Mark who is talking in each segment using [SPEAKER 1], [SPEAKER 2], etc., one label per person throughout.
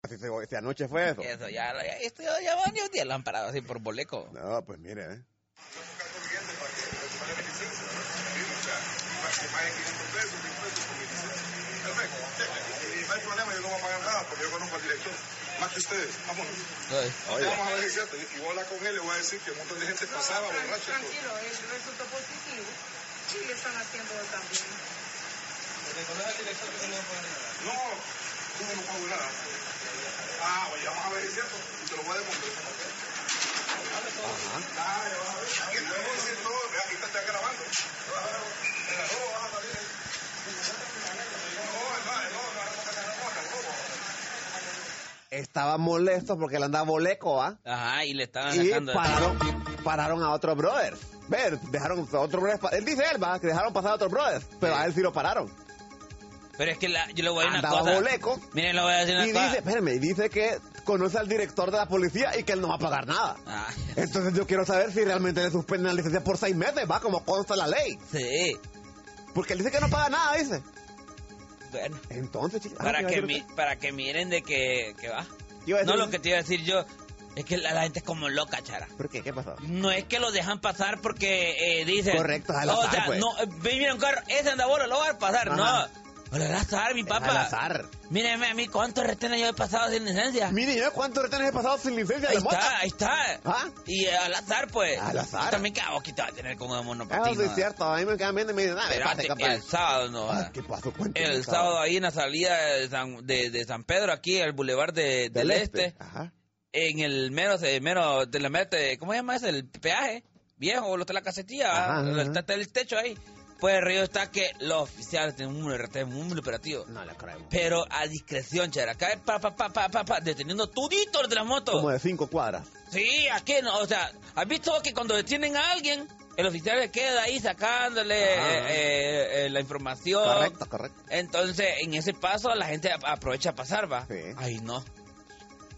[SPEAKER 1] Así se, se anoche fue eso.
[SPEAKER 2] Eso ya, ya- esto ya, ya van 10 días lo han parado así por boleco.
[SPEAKER 1] No, pues mire, ¿eh?
[SPEAKER 3] Y no hay problema, yo no voy a pagar nada porque yo conozco al director. Más que ustedes, vámonos.
[SPEAKER 2] Oye,
[SPEAKER 3] Vamos a ver si es cierto. Y y voy a hablar con él y le voy a decir que un montón de gente pasaba
[SPEAKER 4] pues.
[SPEAKER 3] borracha. por-
[SPEAKER 5] Tranquilo, él resultó positivo y le están haciendo también.
[SPEAKER 3] No, tú no pago nada. Ah, oye, vamos a ver si es cierto. Y te lo voy a demostrar. Ah, ya vas a ver. Y te voy a decir todo. Vea, aquí está grabando. En la robo vas a salir. No, no, no, no, no, no, no, no.
[SPEAKER 1] Estaba molesto porque le andaba boleco, ¿ah?
[SPEAKER 2] Ajá, y le estaban
[SPEAKER 1] Y
[SPEAKER 2] sacando.
[SPEAKER 1] pararon, pararon a otro brother. Ver, dejaron a otro brother. pa- Él dice él, va, que dejaron pasar a otro brother. Pero a él sí lo pararon.
[SPEAKER 2] Pero es que la- yo le voy a decir una
[SPEAKER 1] Andaba
[SPEAKER 2] cosa.
[SPEAKER 1] boleco.
[SPEAKER 2] Miren, le voy a decir una
[SPEAKER 1] Y
[SPEAKER 2] cosa.
[SPEAKER 1] dice, espérame, y dice que conoce al director de la policía y que él no va a pagar nada.
[SPEAKER 2] Ah,
[SPEAKER 1] Entonces yo quiero saber si realmente le suspenden la licencia por seis meses, va, como consta la ley.
[SPEAKER 2] sí.
[SPEAKER 1] Porque él dice que no paga nada, dice.
[SPEAKER 2] Bueno.
[SPEAKER 1] Entonces, ah, chicos.
[SPEAKER 2] Para que, mi- para que miren de que, que va.
[SPEAKER 1] Iba a
[SPEAKER 2] No,
[SPEAKER 1] decir-
[SPEAKER 2] lo que te iba a decir yo es que la, la gente es como loca, chara.
[SPEAKER 1] ¿Por qué? ¿Qué pasó?
[SPEAKER 2] No es que lo dejan pasar porque eh, dicen...
[SPEAKER 1] Correcto, al
[SPEAKER 2] O
[SPEAKER 1] azar,
[SPEAKER 2] sea,
[SPEAKER 1] pues.
[SPEAKER 2] no, eh, mira un carro, ese andabola lo va a pasar,
[SPEAKER 1] Ajá.
[SPEAKER 2] no. Al azar, mi
[SPEAKER 1] Al
[SPEAKER 2] papá.
[SPEAKER 1] azar.
[SPEAKER 2] Míreme a mí, ¿cuántos retenes yo he pasado sin licencia?
[SPEAKER 1] Mire, yo cuántos retenes he pasado sin licencia
[SPEAKER 2] Ahí
[SPEAKER 1] de mota.
[SPEAKER 2] está, ahí está.
[SPEAKER 1] ¿Ah?
[SPEAKER 2] Y eh, al azar, pues.
[SPEAKER 1] Al azar.
[SPEAKER 2] Y también qué hago, que te va a tener con el
[SPEAKER 1] Ah,
[SPEAKER 2] monopatino.
[SPEAKER 1] sí, es cierto. A mí me quedan viendo y me dicen, ah, me
[SPEAKER 2] Espérate,
[SPEAKER 1] pase,
[SPEAKER 2] el
[SPEAKER 1] capaz.
[SPEAKER 2] sábado, no.
[SPEAKER 1] Ah,
[SPEAKER 2] va.
[SPEAKER 1] ¿Qué pasó? Cuéntame,
[SPEAKER 2] El sábado ahí en la salida de San, de, de San Pedro, aquí, al bulevar de- del este.
[SPEAKER 1] Ajá.
[SPEAKER 2] en el mero, eh, mero de la mero, te- ¿cómo se llama ese? El peaje viejo, o lo está la casetilla,
[SPEAKER 1] Ajá, ajá.
[SPEAKER 2] está, está el techo ahí. Pues Río está que los oficiales tienen un RT, un operativo.
[SPEAKER 1] No le creemos.
[SPEAKER 2] Pero a discreción, chera. Acá pa, pa, pa, pa, pa, pa, deteniendo tudito los de las
[SPEAKER 1] Como
[SPEAKER 2] motos.
[SPEAKER 1] de cinco cuadras.
[SPEAKER 2] Sí, aquí no, o sea, ¿has visto que cuando detienen a alguien, el oficial se queda ahí sacándole
[SPEAKER 1] Ajá,
[SPEAKER 2] eh,
[SPEAKER 1] ajá.
[SPEAKER 2] eh, eh, la información?
[SPEAKER 1] Ah, Correcto, correcto.
[SPEAKER 2] Entonces, en ese paso, la gente ap- aprovecha a pasar, ¿va?
[SPEAKER 1] Sí.
[SPEAKER 2] Ay, no.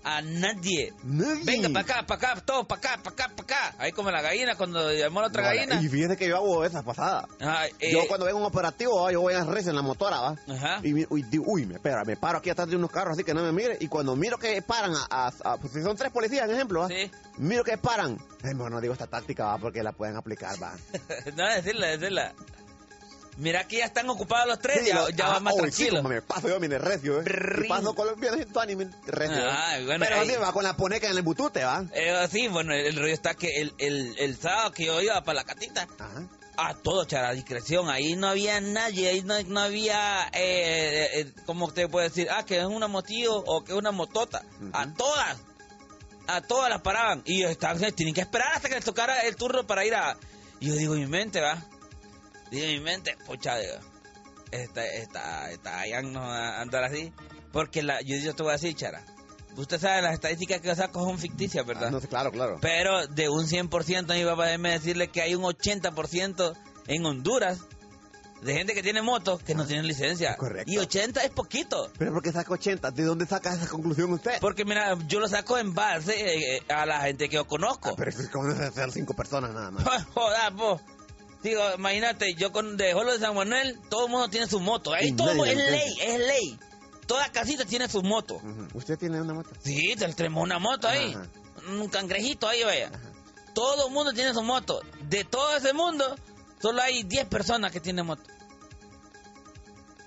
[SPEAKER 2] A nadie.
[SPEAKER 1] Nadie.
[SPEAKER 2] Venga, para acá, para acá, todo, para acá, para acá, para acá. Ahí como la gallina cuando llamó a la otra
[SPEAKER 1] No, la-
[SPEAKER 2] gallina.
[SPEAKER 1] Y fíjese que yo hago esas pasadas.
[SPEAKER 2] Ajá, eh,
[SPEAKER 1] Yo cuando vengo a un operativo, ah, yo voy a res en la motora, ¿va?
[SPEAKER 2] Ajá.
[SPEAKER 1] Y mi- uy, digo, uy, me espera, me paro aquí atrás de unos carros así que no me mire. Y cuando miro que paran, a, a- a- pues, si son tres policías, por ejemplo, ¿va?
[SPEAKER 2] Sí.
[SPEAKER 1] miro que paran. Ay, mejor no digo esta táctica, ¿va? Porque la pueden aplicar, ¿va?
[SPEAKER 2] no, decirla, decirla. Mira que ya están ocupados los tres,
[SPEAKER 1] Sí,
[SPEAKER 2] ya,
[SPEAKER 1] lo-
[SPEAKER 2] ya
[SPEAKER 1] ah,
[SPEAKER 2] va más
[SPEAKER 1] oh, sí,
[SPEAKER 2] tranquilo.
[SPEAKER 1] como me paso yo, mire, recio, ¿eh?
[SPEAKER 2] Brrrin.
[SPEAKER 1] Y paso colombiano y Tony, mire, recio. ¿eh?
[SPEAKER 2] Ay, Ah, bueno,
[SPEAKER 1] Pero
[SPEAKER 2] ahí.
[SPEAKER 1] sí, va con la poneca en el butute, ¿va?
[SPEAKER 2] Eh, sí, bueno, el, el rollo está que el, el, el sábado que yo iba para la catita,
[SPEAKER 1] Ajá.
[SPEAKER 2] a todo, chara, discreción. Ahí no había nadie, ahí no, no había, eh, eh, eh, ¿cómo usted puede decir? Ah, que es una motillo o que es una motota. A todas, a todas las paraban. Y estaban, tienen que esperar hasta que les tocara el turno para ir a... Y yo digo, mi mente, va. Digo, mi mente, pucha, digo, esta, esta, esta, ya no va a andar así. Porque la, yo, yo te voy a decir, chara, usted sabe las estadísticas que yo saco son ficticias, ¿verdad?
[SPEAKER 1] Ah, No sé, claro, claro.
[SPEAKER 2] Pero de un 100%, mi papá déjeme decirle que hay un 80% en Honduras de gente que tiene motos que no tienen licencia.
[SPEAKER 1] correcto.
[SPEAKER 2] Y 80 es poquito.
[SPEAKER 1] Pero ¿por qué saca 80? ¿De dónde saca esa conclusión usted?
[SPEAKER 2] Porque mira, yo lo saco en base eh, eh, a la gente que yo conozco.
[SPEAKER 1] Ah, Pero eso es como de hacer cinco personas nada más.
[SPEAKER 2] Joder, po. Digo, imagínate, yo con de Jolo de San Manuel, todo el mundo tiene su moto. Ahí
[SPEAKER 1] Y
[SPEAKER 2] todo
[SPEAKER 1] nadie
[SPEAKER 2] es
[SPEAKER 1] la
[SPEAKER 2] ley,
[SPEAKER 1] licencia.
[SPEAKER 2] es ley. Toda casita tiene su moto.
[SPEAKER 1] Ujú. ¿Usted tiene una moto?
[SPEAKER 2] Sí, te tenemos una moto ahí.
[SPEAKER 1] Ajá.
[SPEAKER 2] Un cangrejito ahí, vaya. Todo el mundo tiene su moto. De todo ese mundo, solo hay 10 personas que tienen moto.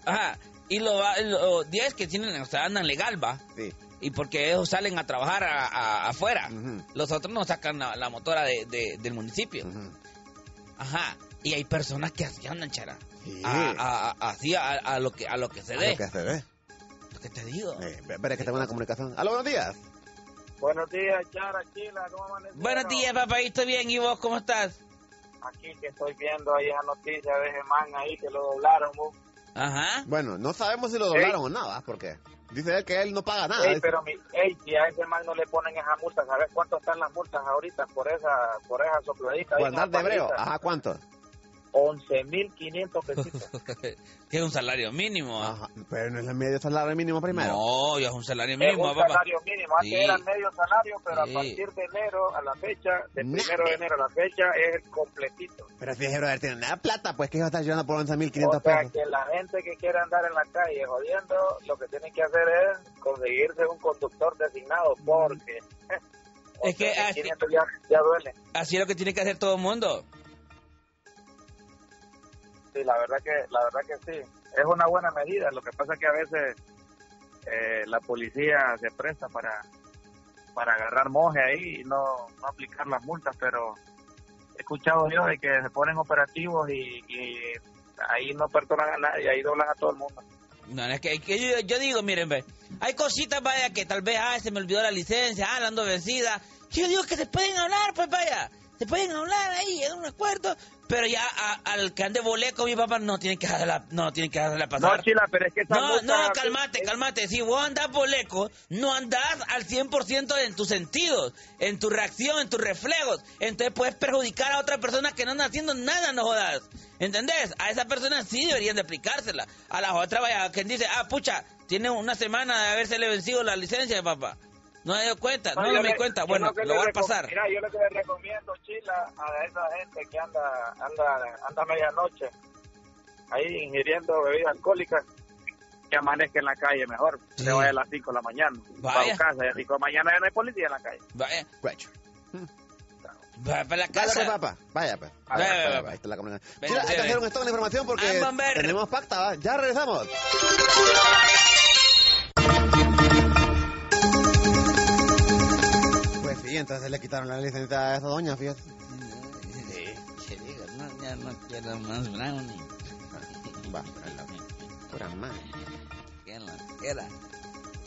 [SPEAKER 2] Ajá. Y los lo, 10 que tienen, o sea, andan legal, va.
[SPEAKER 1] Sí.
[SPEAKER 2] Y porque ellos salen a trabajar a- a- afuera.
[SPEAKER 1] Ujú.
[SPEAKER 2] Los otros no sacan la, la motora de- de- del municipio.
[SPEAKER 1] Ujú.
[SPEAKER 2] Ajá. Y hay personas que así andan, chara.
[SPEAKER 1] Sí.
[SPEAKER 2] A, a- a- así a, a lo que, a lo que se
[SPEAKER 1] Ah,
[SPEAKER 2] dé.
[SPEAKER 1] lo que se ve.
[SPEAKER 2] Lo que te digo.
[SPEAKER 1] Eh, espera, que tengo una comunicación. Aló, buenos días.
[SPEAKER 6] Buenos días, Chara, Chila, ¿cómo amanecieron?
[SPEAKER 2] Buenos días, papá. ¿Estoy bien? ¿Y vos cómo estás?
[SPEAKER 6] Aquí que estoy viendo ahí esa noticia de ese man ahí que lo doblaron, bu.
[SPEAKER 2] Ajá.
[SPEAKER 1] Bueno, no sabemos si lo doblaron o nada, porque dice él que él no paga nada.
[SPEAKER 6] Ey,
[SPEAKER 1] dice.
[SPEAKER 6] pero mi, ey, si a ese mal no le ponen esas multas, ¿sabes cuánto están las multas ahorita por esa, por esa sopladita?
[SPEAKER 1] Por andar de hebreo. Ajá, ¿cuánto?
[SPEAKER 6] 11.500 pesitos.
[SPEAKER 2] Que es un salario mínimo. ¿ah?
[SPEAKER 1] Ajá, pero no es el medio salario mínimo primero.
[SPEAKER 2] No, ya es un salario
[SPEAKER 6] es
[SPEAKER 2] mínimo,
[SPEAKER 6] un
[SPEAKER 2] papá.
[SPEAKER 6] salario mínimo. Antes
[SPEAKER 2] Sí.
[SPEAKER 6] era medio salario, pero
[SPEAKER 2] Sí.
[SPEAKER 6] a partir de enero a la fecha, del
[SPEAKER 1] Nah.
[SPEAKER 6] primero de enero a la fecha, es el completito.
[SPEAKER 1] Pero si es brother, tiene nada de plata, pues que iba a estar llevando por 11.500
[SPEAKER 6] O sea,
[SPEAKER 1] pesos.
[SPEAKER 6] que la gente que quiera andar en la calle jodiendo, lo que tienen que hacer es conseguirse un conductor designado, porque...
[SPEAKER 2] Es que-
[SPEAKER 6] 11.500 ya, ya duele.
[SPEAKER 2] Así es lo que tiene que hacer todo el mundo.
[SPEAKER 6] Sí, la verdad que la verdad que sí. Es una buena medida. Lo que pasa es que a veces eh, la policía se presta para para agarrar moje ahí y no, no aplicar las multas, pero he escuchado yo de que se ponen operativos y, y ahí no perdonan a nadie, ahí doblan a todo el mundo.
[SPEAKER 2] No, no, es que, es que yo, yo digo, miren, ve, hay cositas, vaya, que tal vez, ah, se me olvidó la licencia, ah, la ando vencida. Yo digo que se pueden hablar, pues vaya, se pueden hablar ahí, en un acuerdo, pero ya a- al que ande boleco, mi papá, no tienen que dejarla, no tienen que dejarla pasar.
[SPEAKER 6] No, Chila, pero es que esas
[SPEAKER 2] No,
[SPEAKER 6] multas
[SPEAKER 2] no,
[SPEAKER 6] así-
[SPEAKER 2] calmate, calmate. Si vos andás boleco, no andás al 100% en tus sentidos, en tu reacción, en tus reflejos. Entonces puedes perjudicar a otra persona que no anda haciendo nada, no jodas. ¿Entendés? A esa persona sí deberían de aplicársela. A las otras, vaya, quien dice, ah, pucha, tiene una semana de habérsele vencido la licencia, papá. No me dio cuenta, no,
[SPEAKER 6] yo
[SPEAKER 2] me
[SPEAKER 6] le-
[SPEAKER 2] di cuenta.
[SPEAKER 6] yo
[SPEAKER 2] Bueno,
[SPEAKER 6] que
[SPEAKER 2] lo
[SPEAKER 6] le
[SPEAKER 2] voy a
[SPEAKER 6] recom-
[SPEAKER 2] pasar.
[SPEAKER 6] Mira, yo lo que le recomiendo, Chila, a esa gente que anda anda anda a medianoche ahí ingiriendo bebidas alcohólicas, que amanezca en la calle mejor.
[SPEAKER 2] Sí.
[SPEAKER 6] Se vaya a las 5 de la mañana.
[SPEAKER 2] Vaya.
[SPEAKER 6] Para su casa, y a 5 de la mañana ya no hay policía en la calle.
[SPEAKER 2] Vaya,
[SPEAKER 1] Cuecho.
[SPEAKER 2] vaya eh, para la
[SPEAKER 1] Dale, pues,
[SPEAKER 2] casa.
[SPEAKER 1] papá. Vaya, pues.
[SPEAKER 2] Vaya,
[SPEAKER 1] Vaya,
[SPEAKER 2] papá.
[SPEAKER 1] vaya, vaya. Ahí está la cámara.
[SPEAKER 2] Ven,
[SPEAKER 1] Chila, hay que
[SPEAKER 2] ven.
[SPEAKER 1] hacer un stop en la información porque
[SPEAKER 2] Vamos, ver.
[SPEAKER 1] tenemos pacta, ¿va? Ya regresamos. Pues sí, entonces le quitaron la licencia a esa doña, fíjate.
[SPEAKER 2] Que Mm, eh, diga, no, ya no quiero más brownie.
[SPEAKER 1] Va, pura la- pura madre,
[SPEAKER 2] ¿Quién la quiera?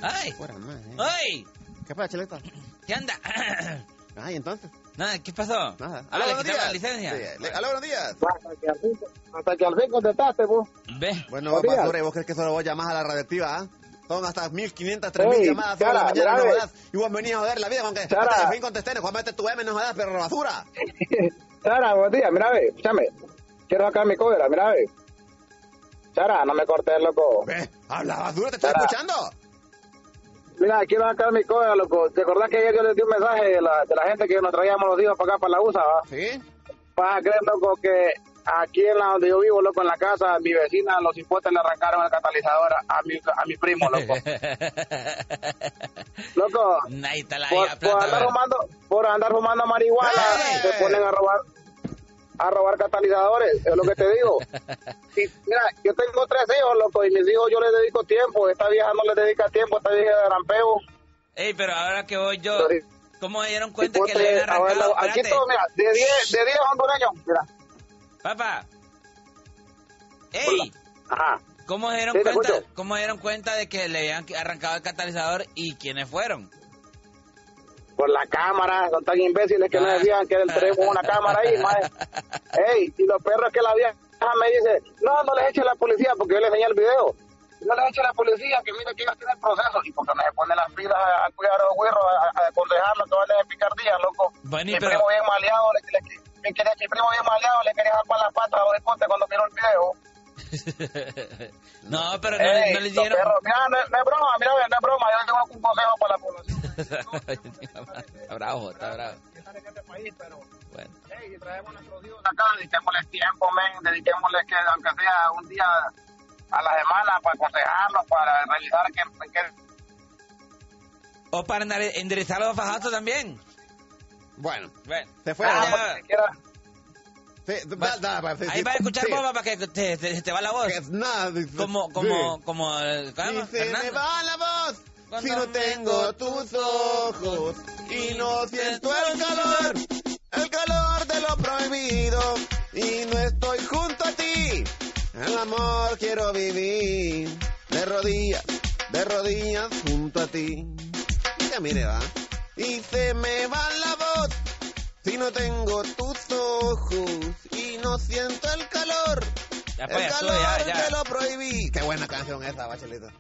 [SPEAKER 2] ¡Ay!
[SPEAKER 1] pura madre.
[SPEAKER 2] ¡Ay!
[SPEAKER 1] ¿Qué pasa, Chileta?
[SPEAKER 2] ¿Qué anda?
[SPEAKER 1] Ay, entonces,
[SPEAKER 2] Nada, ¿qué pasó?
[SPEAKER 1] nada.
[SPEAKER 2] Ah, le
[SPEAKER 1] buenos
[SPEAKER 2] quitaron la
[SPEAKER 1] días.
[SPEAKER 2] licencia.
[SPEAKER 6] eh.
[SPEAKER 1] Sí, le- aló, buenos días.
[SPEAKER 6] Hasta que al fin, hasta que al fin contestaste, vos.
[SPEAKER 2] Ve.
[SPEAKER 1] Bueno,
[SPEAKER 6] Buenos días.
[SPEAKER 1] Basura, y vos crees que solo vos llamás a la radioactiva, ¿ah? Son hasta 1500, 3000
[SPEAKER 6] Ey,
[SPEAKER 1] llamadas todas
[SPEAKER 6] cara,
[SPEAKER 1] las mañanas, no
[SPEAKER 6] grave.
[SPEAKER 1] jodas. Y vos venís a joder la vida, aunque
[SPEAKER 6] Cara.
[SPEAKER 1] hasta que fin contesté, no, Juan, mete tu M, no jodas, pero basura.
[SPEAKER 6] Chara, buen día, mira, ve, escúchame. Quiero sacar mi cobra, mira, ve. Chara, no me cortes, loco.
[SPEAKER 1] Ve, Eh, habla basura, te estoy
[SPEAKER 6] Cara.
[SPEAKER 1] escuchando.
[SPEAKER 6] Mira, quiero sacar mi cobra, loco. ¿Te acordás que ayer yo les di un mensaje de la, de la gente que nos traíamos los hijos para acá, para la USA, va?
[SPEAKER 1] ¿Sí?
[SPEAKER 6] Vas a creer, loco, que aquí en la donde yo vivo, loco, en la casa, mi vecina, los hipotes le arrancaron el catalizador a- a mi, a mi primo, loco. Loco,
[SPEAKER 2] Ahí está la
[SPEAKER 6] por,
[SPEAKER 2] la
[SPEAKER 6] por
[SPEAKER 2] plata,
[SPEAKER 6] andar
[SPEAKER 2] ve.
[SPEAKER 6] fumando, por andar fumando marihuana,
[SPEAKER 1] ¡Ey!
[SPEAKER 6] se ponen a robar a robar catalizadores, es lo que te digo. Y, mira, yo tengo tres hijos, loco, y mis hijos yo les dedico tiempo, esta vieja no les dedica tiempo, esta vieja de rampeo.
[SPEAKER 2] Ey, pero ahora que voy yo,
[SPEAKER 6] Sorry.
[SPEAKER 2] ¿cómo me dieron cuenta que
[SPEAKER 6] Hipote,
[SPEAKER 2] le habían
[SPEAKER 6] a ver,
[SPEAKER 2] arrancado?
[SPEAKER 6] loco, aquí
[SPEAKER 2] Espérate.
[SPEAKER 6] todo, mira, de 10 de 10 hondureños, mira.
[SPEAKER 2] Papá. Ey,
[SPEAKER 6] Ajá.
[SPEAKER 2] ¿cómo se dieron
[SPEAKER 6] Sí, te
[SPEAKER 2] cuenta?
[SPEAKER 6] escucho.
[SPEAKER 2] ¿Cómo se dieron cuenta de que le habían arrancado el catalizador y quiénes fueron?
[SPEAKER 6] por la cámara, son tan imbéciles que no decían que el tenemos una cámara ahí, mae. Ey, y los perros que la vieja me dice, no, no les eche la policía porque yo le enseñé el video. No les eche la policía, que mira que ellos tienen proceso. Y porque no se ponen las pilas a, a cuidar a los güeros, a, a aconsejarlos, que valen en picardía, loco.
[SPEAKER 2] Bueno, y
[SPEAKER 6] mi
[SPEAKER 2] pero-
[SPEAKER 6] primo bien maleado, le, le, mi quería- mi primo bien maleado, le quería jalar las patas a los escotes cuando miró el video.
[SPEAKER 2] no, pero no,
[SPEAKER 6] Ey,
[SPEAKER 2] no les
[SPEAKER 6] los
[SPEAKER 2] dieron.
[SPEAKER 6] perros, mira, no, no es broma, mira, no es broma, yo tengo un consejo para la población.
[SPEAKER 2] está bravo, está bravo.
[SPEAKER 6] que están en este país, pero...
[SPEAKER 2] Bueno.
[SPEAKER 6] Ey, si traemos nuestros hijos acá, dediquémosle tiempo, men, dediquémosle que aunque sea un día a la semana para aconsejarnos, para revisar que, que-
[SPEAKER 2] O para andar- enderezar los fajatos también.
[SPEAKER 1] Bueno,
[SPEAKER 2] Bueno.
[SPEAKER 1] se fue.
[SPEAKER 2] Ah,
[SPEAKER 1] se
[SPEAKER 2] bueno.
[SPEAKER 6] que quiera.
[SPEAKER 1] fue. Sí, da- da- va, sí,
[SPEAKER 2] Ahí
[SPEAKER 1] sí,
[SPEAKER 2] va a escuchar
[SPEAKER 1] sí.
[SPEAKER 2] bomba para que te, te- se te va la voz.
[SPEAKER 1] Que es nada, dice-
[SPEAKER 2] Como,
[SPEAKER 1] sí.
[SPEAKER 2] como, como, eh, ¿cómo se llama?
[SPEAKER 1] Y se me
[SPEAKER 2] Fernando.
[SPEAKER 1] va la voz si
[SPEAKER 2] Cuando
[SPEAKER 1] no tengo tus ojos y no siento el calor, el calor de lo prohibido y no estoy junto a ti. El amor quiero vivir de rodillas, de rodillas junto a ti. Ya mire, va. Y se me va la voz si no tengo tus ojos y no siento el calor,
[SPEAKER 2] Ya, pues,
[SPEAKER 1] El
[SPEAKER 2] ya, sube, ya,
[SPEAKER 1] calor
[SPEAKER 2] ya.
[SPEAKER 1] te lo prohibí. Qué buena canción esa, bachelita.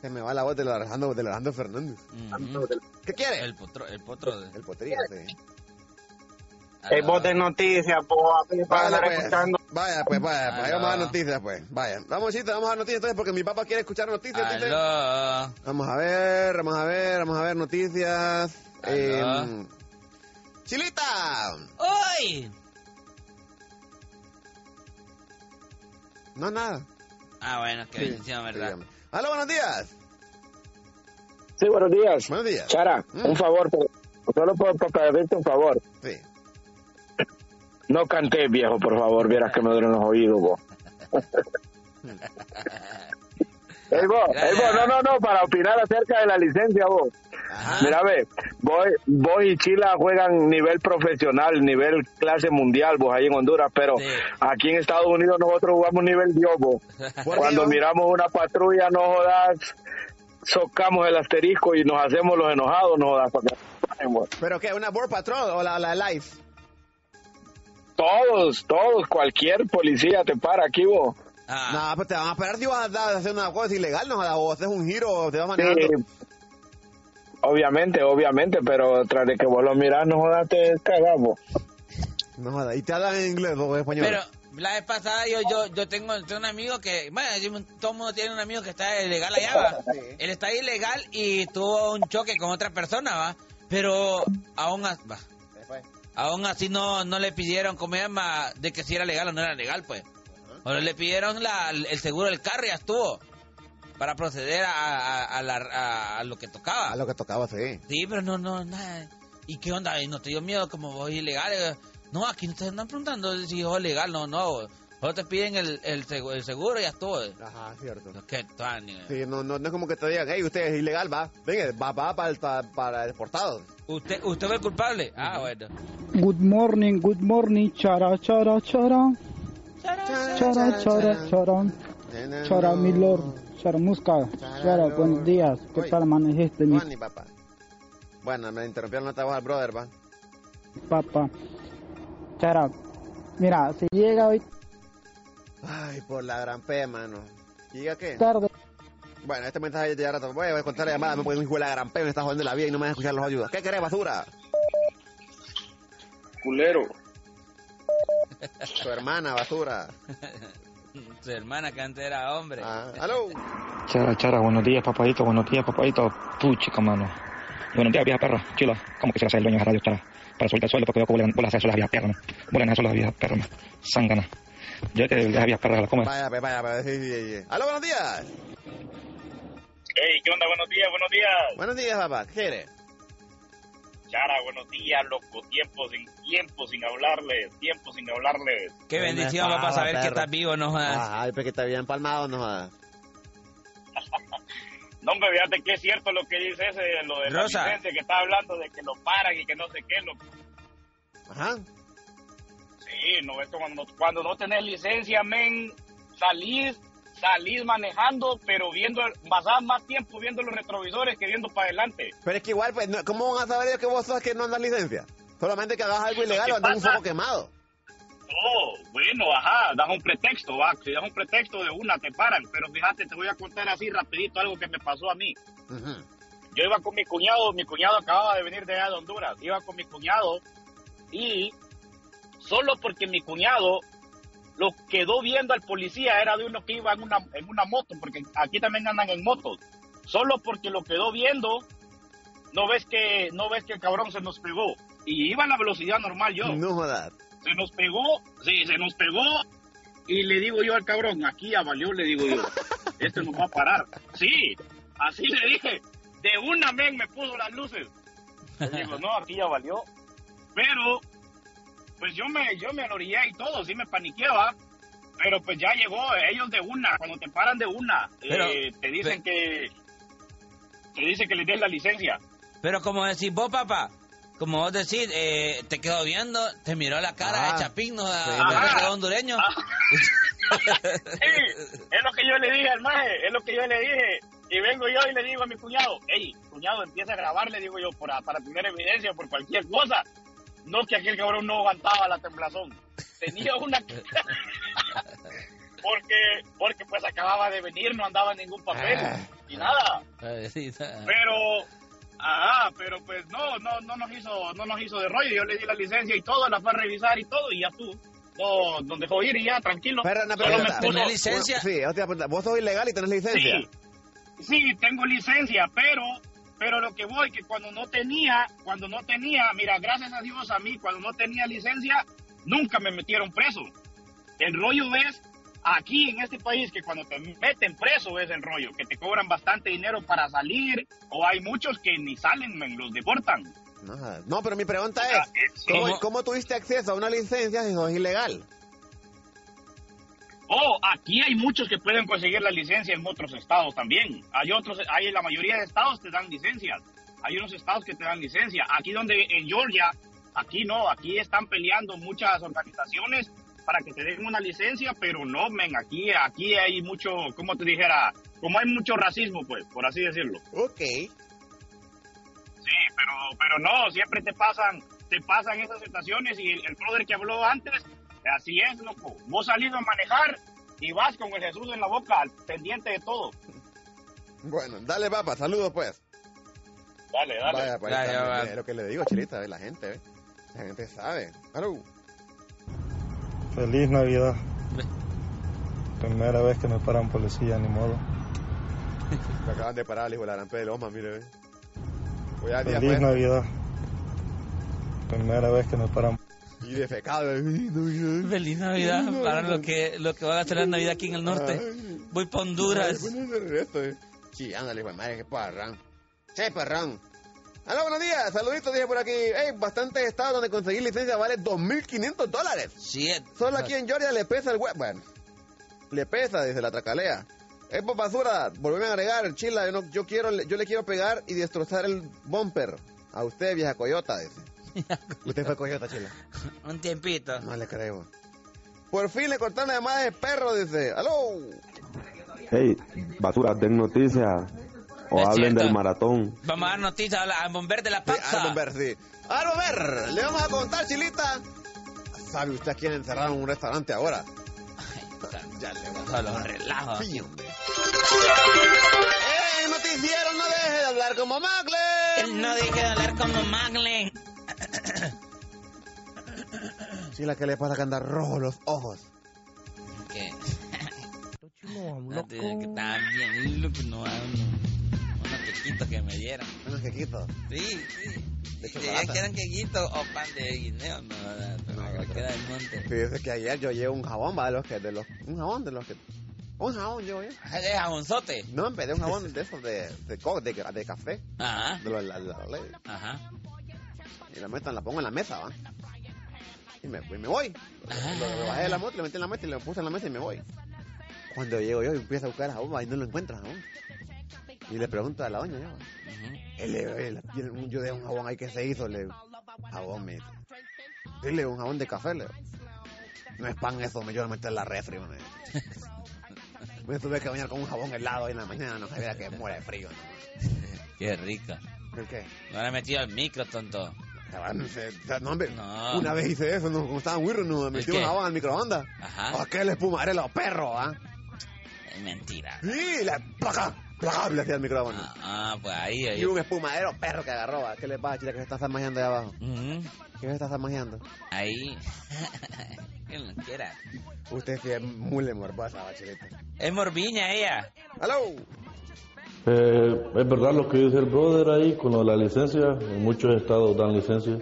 [SPEAKER 1] Se me va la voz de Alejandro, de Alejandro Fernández.
[SPEAKER 2] Ujú.
[SPEAKER 1] ¿Qué quieres? El,
[SPEAKER 2] El potro, el potro. de-
[SPEAKER 1] potrillo, sí.
[SPEAKER 2] a
[SPEAKER 5] Hay
[SPEAKER 2] la-
[SPEAKER 5] voz de noticias, po, para
[SPEAKER 1] Vaya
[SPEAKER 5] andar
[SPEAKER 1] pues,
[SPEAKER 5] escuchando.
[SPEAKER 1] vaya pues, vaya pues. Ahí
[SPEAKER 2] Aló.
[SPEAKER 1] vamos a dar noticias pues. Vaya. Vamos, chita, vamos a dar noticias entonces porque mi papá quiere escuchar noticias. chita.
[SPEAKER 2] Aló.
[SPEAKER 1] Vamos a ver, vamos a ver, vamos a ver noticias.
[SPEAKER 2] Aló.
[SPEAKER 1] Em, Chilita.
[SPEAKER 2] ¡Uy!
[SPEAKER 1] No, nada.
[SPEAKER 2] Ah, bueno, qué
[SPEAKER 1] Sí,
[SPEAKER 2] bendición, ¿verdad?
[SPEAKER 1] dígame. Aló, buenos días.
[SPEAKER 5] Sí, buenos días.
[SPEAKER 1] Buenos días.
[SPEAKER 5] Chara,
[SPEAKER 1] Mm.
[SPEAKER 5] un favor, po- solo por, por pedirte un favor.
[SPEAKER 1] Sí.
[SPEAKER 5] No cantes, viejo, por favor, vieras que me duelen los oídos, vos. Ey, vos, ey, vos, no, no, no, para opinar acerca de la licencia, vos.
[SPEAKER 1] Ah.
[SPEAKER 2] Ajá.
[SPEAKER 5] Mira, ve, vos, vos y Chila juegan nivel profesional, nivel clase mundial, vos, ahí en Honduras, pero
[SPEAKER 2] Sí.
[SPEAKER 5] aquí en Estados Unidos nosotros jugamos nivel Dios, vos.
[SPEAKER 1] ¿Por
[SPEAKER 5] Cuando
[SPEAKER 1] qué, no?
[SPEAKER 5] miramos una patrulla, no jodas, socamos el asterisco y nos hacemos los enojados, no jodas. para que nos paren, vos.
[SPEAKER 1] ¿Pero qué? ¿Una Board Patrol o la, la Life?
[SPEAKER 5] Todos, todos, cualquier policía te para aquí, vos.
[SPEAKER 2] Ah,
[SPEAKER 1] No, pues te van a parar si vas a dar- hacer una cosa ilegal, no, o haces un giro o te vas
[SPEAKER 5] Sí,
[SPEAKER 1] manejando.
[SPEAKER 5] obviamente, obviamente, pero tras de que vos lo mirás, no jodas, te cagás, vos.
[SPEAKER 1] No, joda. y te hablan en inglés o en español.
[SPEAKER 2] Pero la vez pasada yo, yo, yo tengo, tengo un amigo que, bueno, yo- todo el mundo tiene un amigo que está ilegal allá, va.
[SPEAKER 1] Sí.
[SPEAKER 2] Él está ilegal y tuvo un choque con otra persona, va. Pero aún, as- va, aún así no, no le pidieron, ¿cómo se llama? De que si era legal o no era legal, pues. O le pidieron la, el seguro del carro y ya estuvo. Para proceder a, a- a la- a- a lo que tocaba.
[SPEAKER 1] A Ah, lo que tocaba, sí.
[SPEAKER 2] Sí, pero no, no, nada. ¿Y qué onda? ¿Y no te dio miedo como vos ilegal? Eh, No, aquí no te andan preguntando si es legal, no, no. Solo te piden el, el, segu- el seguro y ya estuvo.
[SPEAKER 1] Ajá, cierto.
[SPEAKER 2] No, Qué tan, eh.
[SPEAKER 1] Sí, no, no, no es como que te digan, hey, usted es ilegal, va. Venga, va, va para, para, para deportados.
[SPEAKER 2] ¿Usted, ¿Usted fue el culpable? Ah, bueno.
[SPEAKER 7] Good morning, good morning, chara, chara, chara, chara, chara, chara, chara, mi lord, chara, musca,
[SPEAKER 1] Chara,
[SPEAKER 7] chara,
[SPEAKER 1] lord.
[SPEAKER 7] buenos días, ¿qué
[SPEAKER 1] Oye.
[SPEAKER 7] tal manejiste este mi
[SPEAKER 1] Juan y papá. Bueno, me interrumpieron la voz al brother, va.
[SPEAKER 7] papá? Chara, mira, si llega hoy
[SPEAKER 1] Ay, por la gran P, mano. ¿Y diga qué?
[SPEAKER 7] tarde,
[SPEAKER 1] Bueno, este mensaje ya rato. Voy a contar la llamada, me ponen hijo de la gran P, me está jodiendo la vida y no me vas a escuchar los ayudas. ¿Qué querés, basura?
[SPEAKER 5] Culero.
[SPEAKER 1] Tu hermana, basura.
[SPEAKER 2] Su hermana que antes era hombre.
[SPEAKER 1] Ah, ¿Aló?
[SPEAKER 6] Chara, chara, buenos días, papadito, buenos días, papadito. Puchica, mano. Buenos días, vieja perra. Chila, ¿cómo que se hace el dueño de la radio, chara? Para soltar el suelo, porque veo que vuelan, vuelan a hacer las viejas perras, man. Vuelan a hacer las viejas perras, man. Zángana. Yo que las viejas perras la comen.
[SPEAKER 1] Vaya, pues, vaya, pues, sí, sí, sí. ¿Aló, buenos días?
[SPEAKER 4] Hey, ¿qué onda? Buenos días, buenos días.
[SPEAKER 1] Buenos días, papá. ¿Qué quieres?
[SPEAKER 4] Chara, buenos días, loco. Tiempo sin, tiempo sin hablarles, tiempo sin hablarles.
[SPEAKER 2] Qué
[SPEAKER 1] Una
[SPEAKER 2] bendición,
[SPEAKER 1] espada,
[SPEAKER 2] papá, saber que
[SPEAKER 1] perro.
[SPEAKER 2] estás vivo, no jodas.
[SPEAKER 1] Ay, pues que te había empalmado, no jodas.
[SPEAKER 4] No, hombre, fíjate que es cierto lo que dice ese, de lo de la
[SPEAKER 2] Rosa.
[SPEAKER 4] licencia que está hablando de que lo paran y que no sé qué. Lo...
[SPEAKER 1] Ajá.
[SPEAKER 4] Sí, no, esto cuando, no- cuando no tenés licencia, men, salís, salís manejando, pero viendo, pasás más tiempo viendo los retrovisores que viendo para adelante.
[SPEAKER 1] Pero es que igual, pues, no- ¿cómo van a saber ellos que vos sos que no andas licencia? Solamente que hagas algo ilegal o andas un
[SPEAKER 4] pasa?
[SPEAKER 1] foco quemado.
[SPEAKER 4] Oh, bueno, ajá, das un pretexto, va, si das un pretexto de una te paran, pero fíjate, te voy a contar así rapidito algo que me pasó a mí.
[SPEAKER 1] Ujú.
[SPEAKER 4] yo iba con mi cuñado, mi cuñado acababa de venir de allá de Honduras, iba con mi cuñado y solo porque mi cuñado lo quedó viendo al policía era de uno que iba en una, en una moto, porque aquí también andan en motos, solo porque lo quedó viendo, no ves que, no ves que el cabrón se nos pegó. Y iba a la velocidad normal yo
[SPEAKER 1] No jodas.
[SPEAKER 4] se nos pegó, sí, se nos pegó. Y le digo yo al cabrón, aquí ya valió, le digo yo, este nos va a parar. Sí, así le dije, de una men me puso las luces. Le digo, no, aquí ya valió. Pero, pues yo me, yo me alorillé y todo, sí me paniqueaba. Pero pues ya llegó, ellos de una, cuando te paran de una,
[SPEAKER 2] Pero-
[SPEAKER 4] eh, te dicen que, te dicen que les des la licencia.
[SPEAKER 2] Pero como decís vos, papá, como vos decís, eh, te quedó viendo, te miró la cara
[SPEAKER 1] Ah.
[SPEAKER 2] de Chapín, no,
[SPEAKER 1] Sí. Ah.
[SPEAKER 2] de
[SPEAKER 4] Ajá.
[SPEAKER 2] de hondureño.
[SPEAKER 4] Sí, es lo que yo le dije al maje, es lo que yo le dije. Y vengo yo y le digo a mi cuñado, hey, cuñado, empieza a grabar, le digo yo, para, para tener evidencia por cualquier cosa. No que aquel cabrón no aguantaba la temblazón. Tenía una... porque, porque pues acababa de venir, no andaba en ningún papel ni nada. Pero, ah, pero pues no, no, no nos hizo, no nos hizo de rollo. Yo le di la licencia y todo, la fue a revisar y todo, y ya tú. No, nos dejó ir y ya, tranquilo.
[SPEAKER 1] Pero, no,
[SPEAKER 4] Solo me
[SPEAKER 1] pero,
[SPEAKER 4] puso-
[SPEAKER 1] Sí, yo te iba a preguntar, vos sos ilegal y tenés licencia.
[SPEAKER 4] Sí. Sí, tengo licencia, pero pero lo que voy que cuando no tenía, cuando no tenía, mira, gracias a Dios a mí cuando no tenía licencia nunca me metieron preso. El rollo es aquí en este país que cuando te meten preso es el rollo, que te cobran bastante dinero para salir o hay muchos que ni salen, men, los deportan.
[SPEAKER 1] No, jodas. No, pero mi pregunta
[SPEAKER 4] O sea,
[SPEAKER 1] es,
[SPEAKER 4] es-
[SPEAKER 1] ¿cómo,
[SPEAKER 4] ¿Cómo?
[SPEAKER 1] cómo tuviste acceso a una licencia si sos ilegal?
[SPEAKER 4] Oh, aquí hay muchos que pueden conseguir la licencia en otros estados también. Hay otros, hay la mayoría de estados te dan licencias. Hay unos estados que te dan licencia. Aquí donde en Georgia, aquí no, aquí están peleando muchas organizaciones para que te den una licencia, pero no, men, aquí, aquí hay mucho, como te dijera, como hay mucho racismo, pues, por así decirlo.
[SPEAKER 1] Ok.
[SPEAKER 4] Sí, pero, pero no, siempre te pasan, te pasan esas situaciones y el, el brother que habló antes, así es, loco. Vos salís a manejar y vas con el Jesús en la boca, al pendiente de todo.
[SPEAKER 1] Bueno, dale, papá, saludos pues.
[SPEAKER 4] Dale, dale.
[SPEAKER 1] Vaya, pues,
[SPEAKER 4] Dale,
[SPEAKER 1] también,
[SPEAKER 4] va.
[SPEAKER 1] es lo que le digo, Chilita, ve, la gente, ve. La gente sabe. Hello.
[SPEAKER 8] Feliz Navidad. Primera vez que me paran policía, ni modo.
[SPEAKER 1] Me acaban de parar, el hijo de la gran de Loma, mire, ve. Voy a día,
[SPEAKER 8] Feliz
[SPEAKER 1] pues.
[SPEAKER 8] Navidad. Primera vez que me paran.
[SPEAKER 1] pues, Y defecado, ve. Feliz Navidad.
[SPEAKER 2] Feliz Navidad para lo que, lo que van a hacer la Navidad aquí en el norte. Voy para Honduras.
[SPEAKER 1] eh. Sí, ándale, pues madre, qué parrán. Che, parrán. Aló, buenos días, saluditos, dije por aquí. Hey, bastantes estados donde conseguir licencia vale 2.500 dólares.
[SPEAKER 2] Sí.
[SPEAKER 1] Solo aquí en Georgia le pesa el web. Bueno, le pesa, dice la tracalea. Eh, pues, basura, volveme a agregar, chila, yo, no- yo quiero, yo le quiero pegar y destrozar el bumper. A usted, vieja coyota, dice. usted fue coyota, chila.
[SPEAKER 2] Un tiempito.
[SPEAKER 1] No le creo. Por fin le cortaron además de perro, dice. Aló.
[SPEAKER 3] Hey, basura, den noticias o
[SPEAKER 2] Es
[SPEAKER 3] hablen
[SPEAKER 2] cierto.
[SPEAKER 3] del maratón.
[SPEAKER 2] Vamos a dar noticias al, al bomber de la pasta.
[SPEAKER 1] al bomber, sí. Ahora a ver, le vamos a contar, Chilita. ¿Sabe usted a quién encerraron en un restaurante ahora? ya le vamos
[SPEAKER 2] a los relajos.
[SPEAKER 1] Sí, hombre. ¡Ey, Eh, noticiero, no deje de hablar como Maglen!
[SPEAKER 2] No deje de hablar como Maglen.
[SPEAKER 1] Chila, ¿qué le pasa que anda rojo los ojos?
[SPEAKER 2] ¿Qué? No, tío, que estaba bien loco, no, unos- unos quequitos que me dieran.
[SPEAKER 1] ¿Unos quequitos?
[SPEAKER 2] Sí, sí.
[SPEAKER 1] ¿De
[SPEAKER 2] Dirían
[SPEAKER 1] chocolate?
[SPEAKER 2] que eran quequitos o pan de guineo, no, no, no, no, que queda del monte.
[SPEAKER 1] Fíjese que ayer yo llevo un jabón, va, de los que, de los, un jabón de los que, un jabón yo, ¿eh?
[SPEAKER 2] Ah, ¿De jabonzote?
[SPEAKER 1] No, en vez de un jabón de esos de, de, co- de, de café.
[SPEAKER 2] Ajá.
[SPEAKER 1] De los, la, la- la-
[SPEAKER 2] Ajá.
[SPEAKER 1] y la meto, la pongo en la mesa, va. Y me, y me voy. Lo, lo bajé de la moto, lo metí en la mesa y lo puse en la mesa y me voy. Cuando llego yo, empiezo a buscar el jabón, va, y no lo encuentro, el jabón. Y le pregunto a la doña, yo, va. Él le digo, "Ey, tiene un- yo de un jabón ahí que se hizo, le digo. Jabón, me dice. Sí, le digo, un jabón de café, le digo. No es pan eso, me yo lo metí en la refri, me dice. Me tuve que bañar con un jabón helado hoy en la mañana, no sabía que muera de frío.
[SPEAKER 2] Qué rica.
[SPEAKER 1] ¿no? ¿El qué?
[SPEAKER 2] No le he metido al micro, tonto.
[SPEAKER 1] Cabrón, se- se- no, hombre,
[SPEAKER 2] No.
[SPEAKER 1] Una vez hice eso, no, como estaba en Wirro, no, me metí
[SPEAKER 2] qué? ¿Ah?
[SPEAKER 1] un jabón al microondas.
[SPEAKER 2] Ajá.
[SPEAKER 1] ¿A qué le espumaré los perros, ah?
[SPEAKER 2] Es mentira.
[SPEAKER 1] Sí, la placa, placa, le hacía el microondas.
[SPEAKER 2] Ah, pues ahí, ahí.
[SPEAKER 1] Y un espumadero perro que agarró, ¿va? ¿qué le pasa, chica, que se está zamajeando ahí abajo?
[SPEAKER 2] Ujú.
[SPEAKER 1] ¿Qué se está zamajeando?
[SPEAKER 2] Ahí. Quien lo quiera.
[SPEAKER 1] Usted sí es muy morbosa, bachilita.
[SPEAKER 2] Es morbiña ella.
[SPEAKER 1] ¡Aló!
[SPEAKER 9] Eh, es verdad lo que dice el brother ahí con lo de la licencia, en muchos estados dan licencia.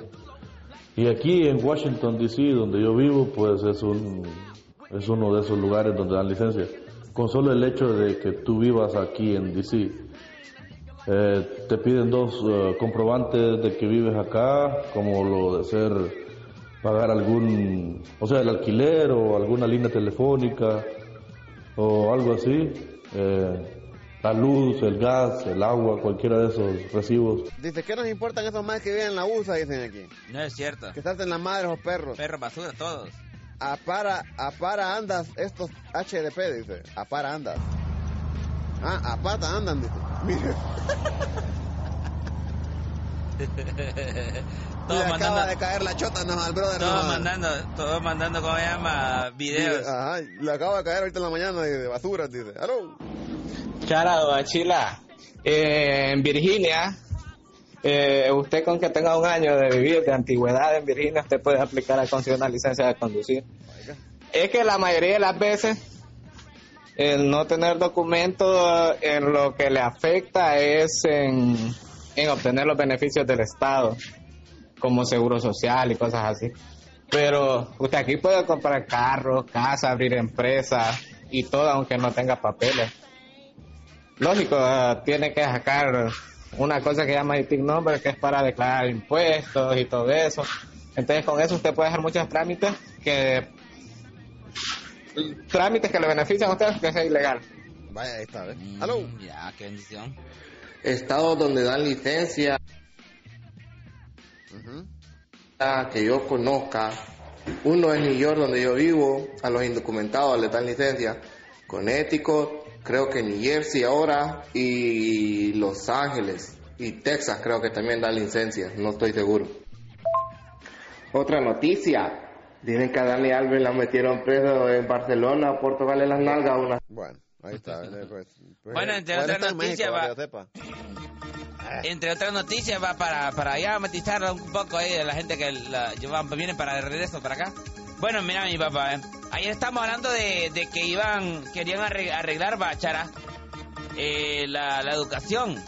[SPEAKER 9] Y aquí en Washington DC, donde yo vivo, pues es un es uno de esos lugares donde dan licencia. Con solo el hecho de que tú vivas aquí en DC, eh, te piden dos eh, comprobantes de que vives acá, como lo de ser pagar algún, o sea, el alquiler o alguna línea telefónica o algo así. eh, la luz, el gas, el agua, cualquiera de esos recibos.
[SPEAKER 1] Dice, ¿qué nos importan esos más que viven en la USA? Dicen aquí.
[SPEAKER 2] No es cierto.
[SPEAKER 1] Que salten las madres los perros.
[SPEAKER 2] Perro basura, todos.
[SPEAKER 1] Apara, apara andas estos HDP, dice. Apara andas. Ah, apata andan, dice. Mire.
[SPEAKER 2] Todos
[SPEAKER 1] Le
[SPEAKER 2] mandando-
[SPEAKER 1] acaba de caer la chota no, al brother.
[SPEAKER 2] Todos
[SPEAKER 1] no.
[SPEAKER 2] mandando, todos mandando, ¿cómo se llama? Videos.
[SPEAKER 1] Ajá, le acaba de caer ahorita en la mañana de basura, dice. ¡Aló!
[SPEAKER 10] Chara, doña Chila, eh, en Virginia, eh, usted con que tenga un año de vivir de antigüedad en Virginia, usted puede aplicar a conseguir una licencia de conducir. Es que la mayoría de las veces el no tener documento eh, en lo que le afecta es en, en obtener los beneficios del Estado, como seguro social y cosas así. Pero usted aquí puede comprar carros, casa, abrir empresas y todo, aunque no tenga papeles lógico, ah, tiene que sacar una cosa que llama ITIC number, que es para declarar impuestos y todo eso. Entonces, con eso usted puede hacer muchos trámites que trámites que le benefician a usted, que es ilegal.
[SPEAKER 1] Vaya, ahí está, ¿eh? ¿ves?
[SPEAKER 2] ¡Aló! Mm, Ya, qué bendición.
[SPEAKER 11] Estados donde dan licencia Ah, que yo conozca. Uno es New York, donde yo vivo, a los indocumentados les dan licencia. Connecticut, creo que New Jersey ahora, y Los Ángeles, y Texas creo que también dan licencia, no estoy seguro. Otra noticia, dicen que a Dani Alves la metieron preso en Barcelona por tocarle las nalgas a una...
[SPEAKER 1] Bueno, ahí está. eh, pues, pues,
[SPEAKER 2] Bueno, entre
[SPEAKER 1] bueno,
[SPEAKER 2] otras
[SPEAKER 1] está en
[SPEAKER 2] noticias
[SPEAKER 1] México,
[SPEAKER 2] va-
[SPEAKER 1] que sepa.
[SPEAKER 2] Entre otras noticias, va para, para allá, matizar un poco ahí a la gente que la, llevan- viene para de regreso para acá. Bueno, mira, mi papá, eh, ayer estábamos hablando de, de que iban, querían arre- arreglar, bachara, eh, la, la educación.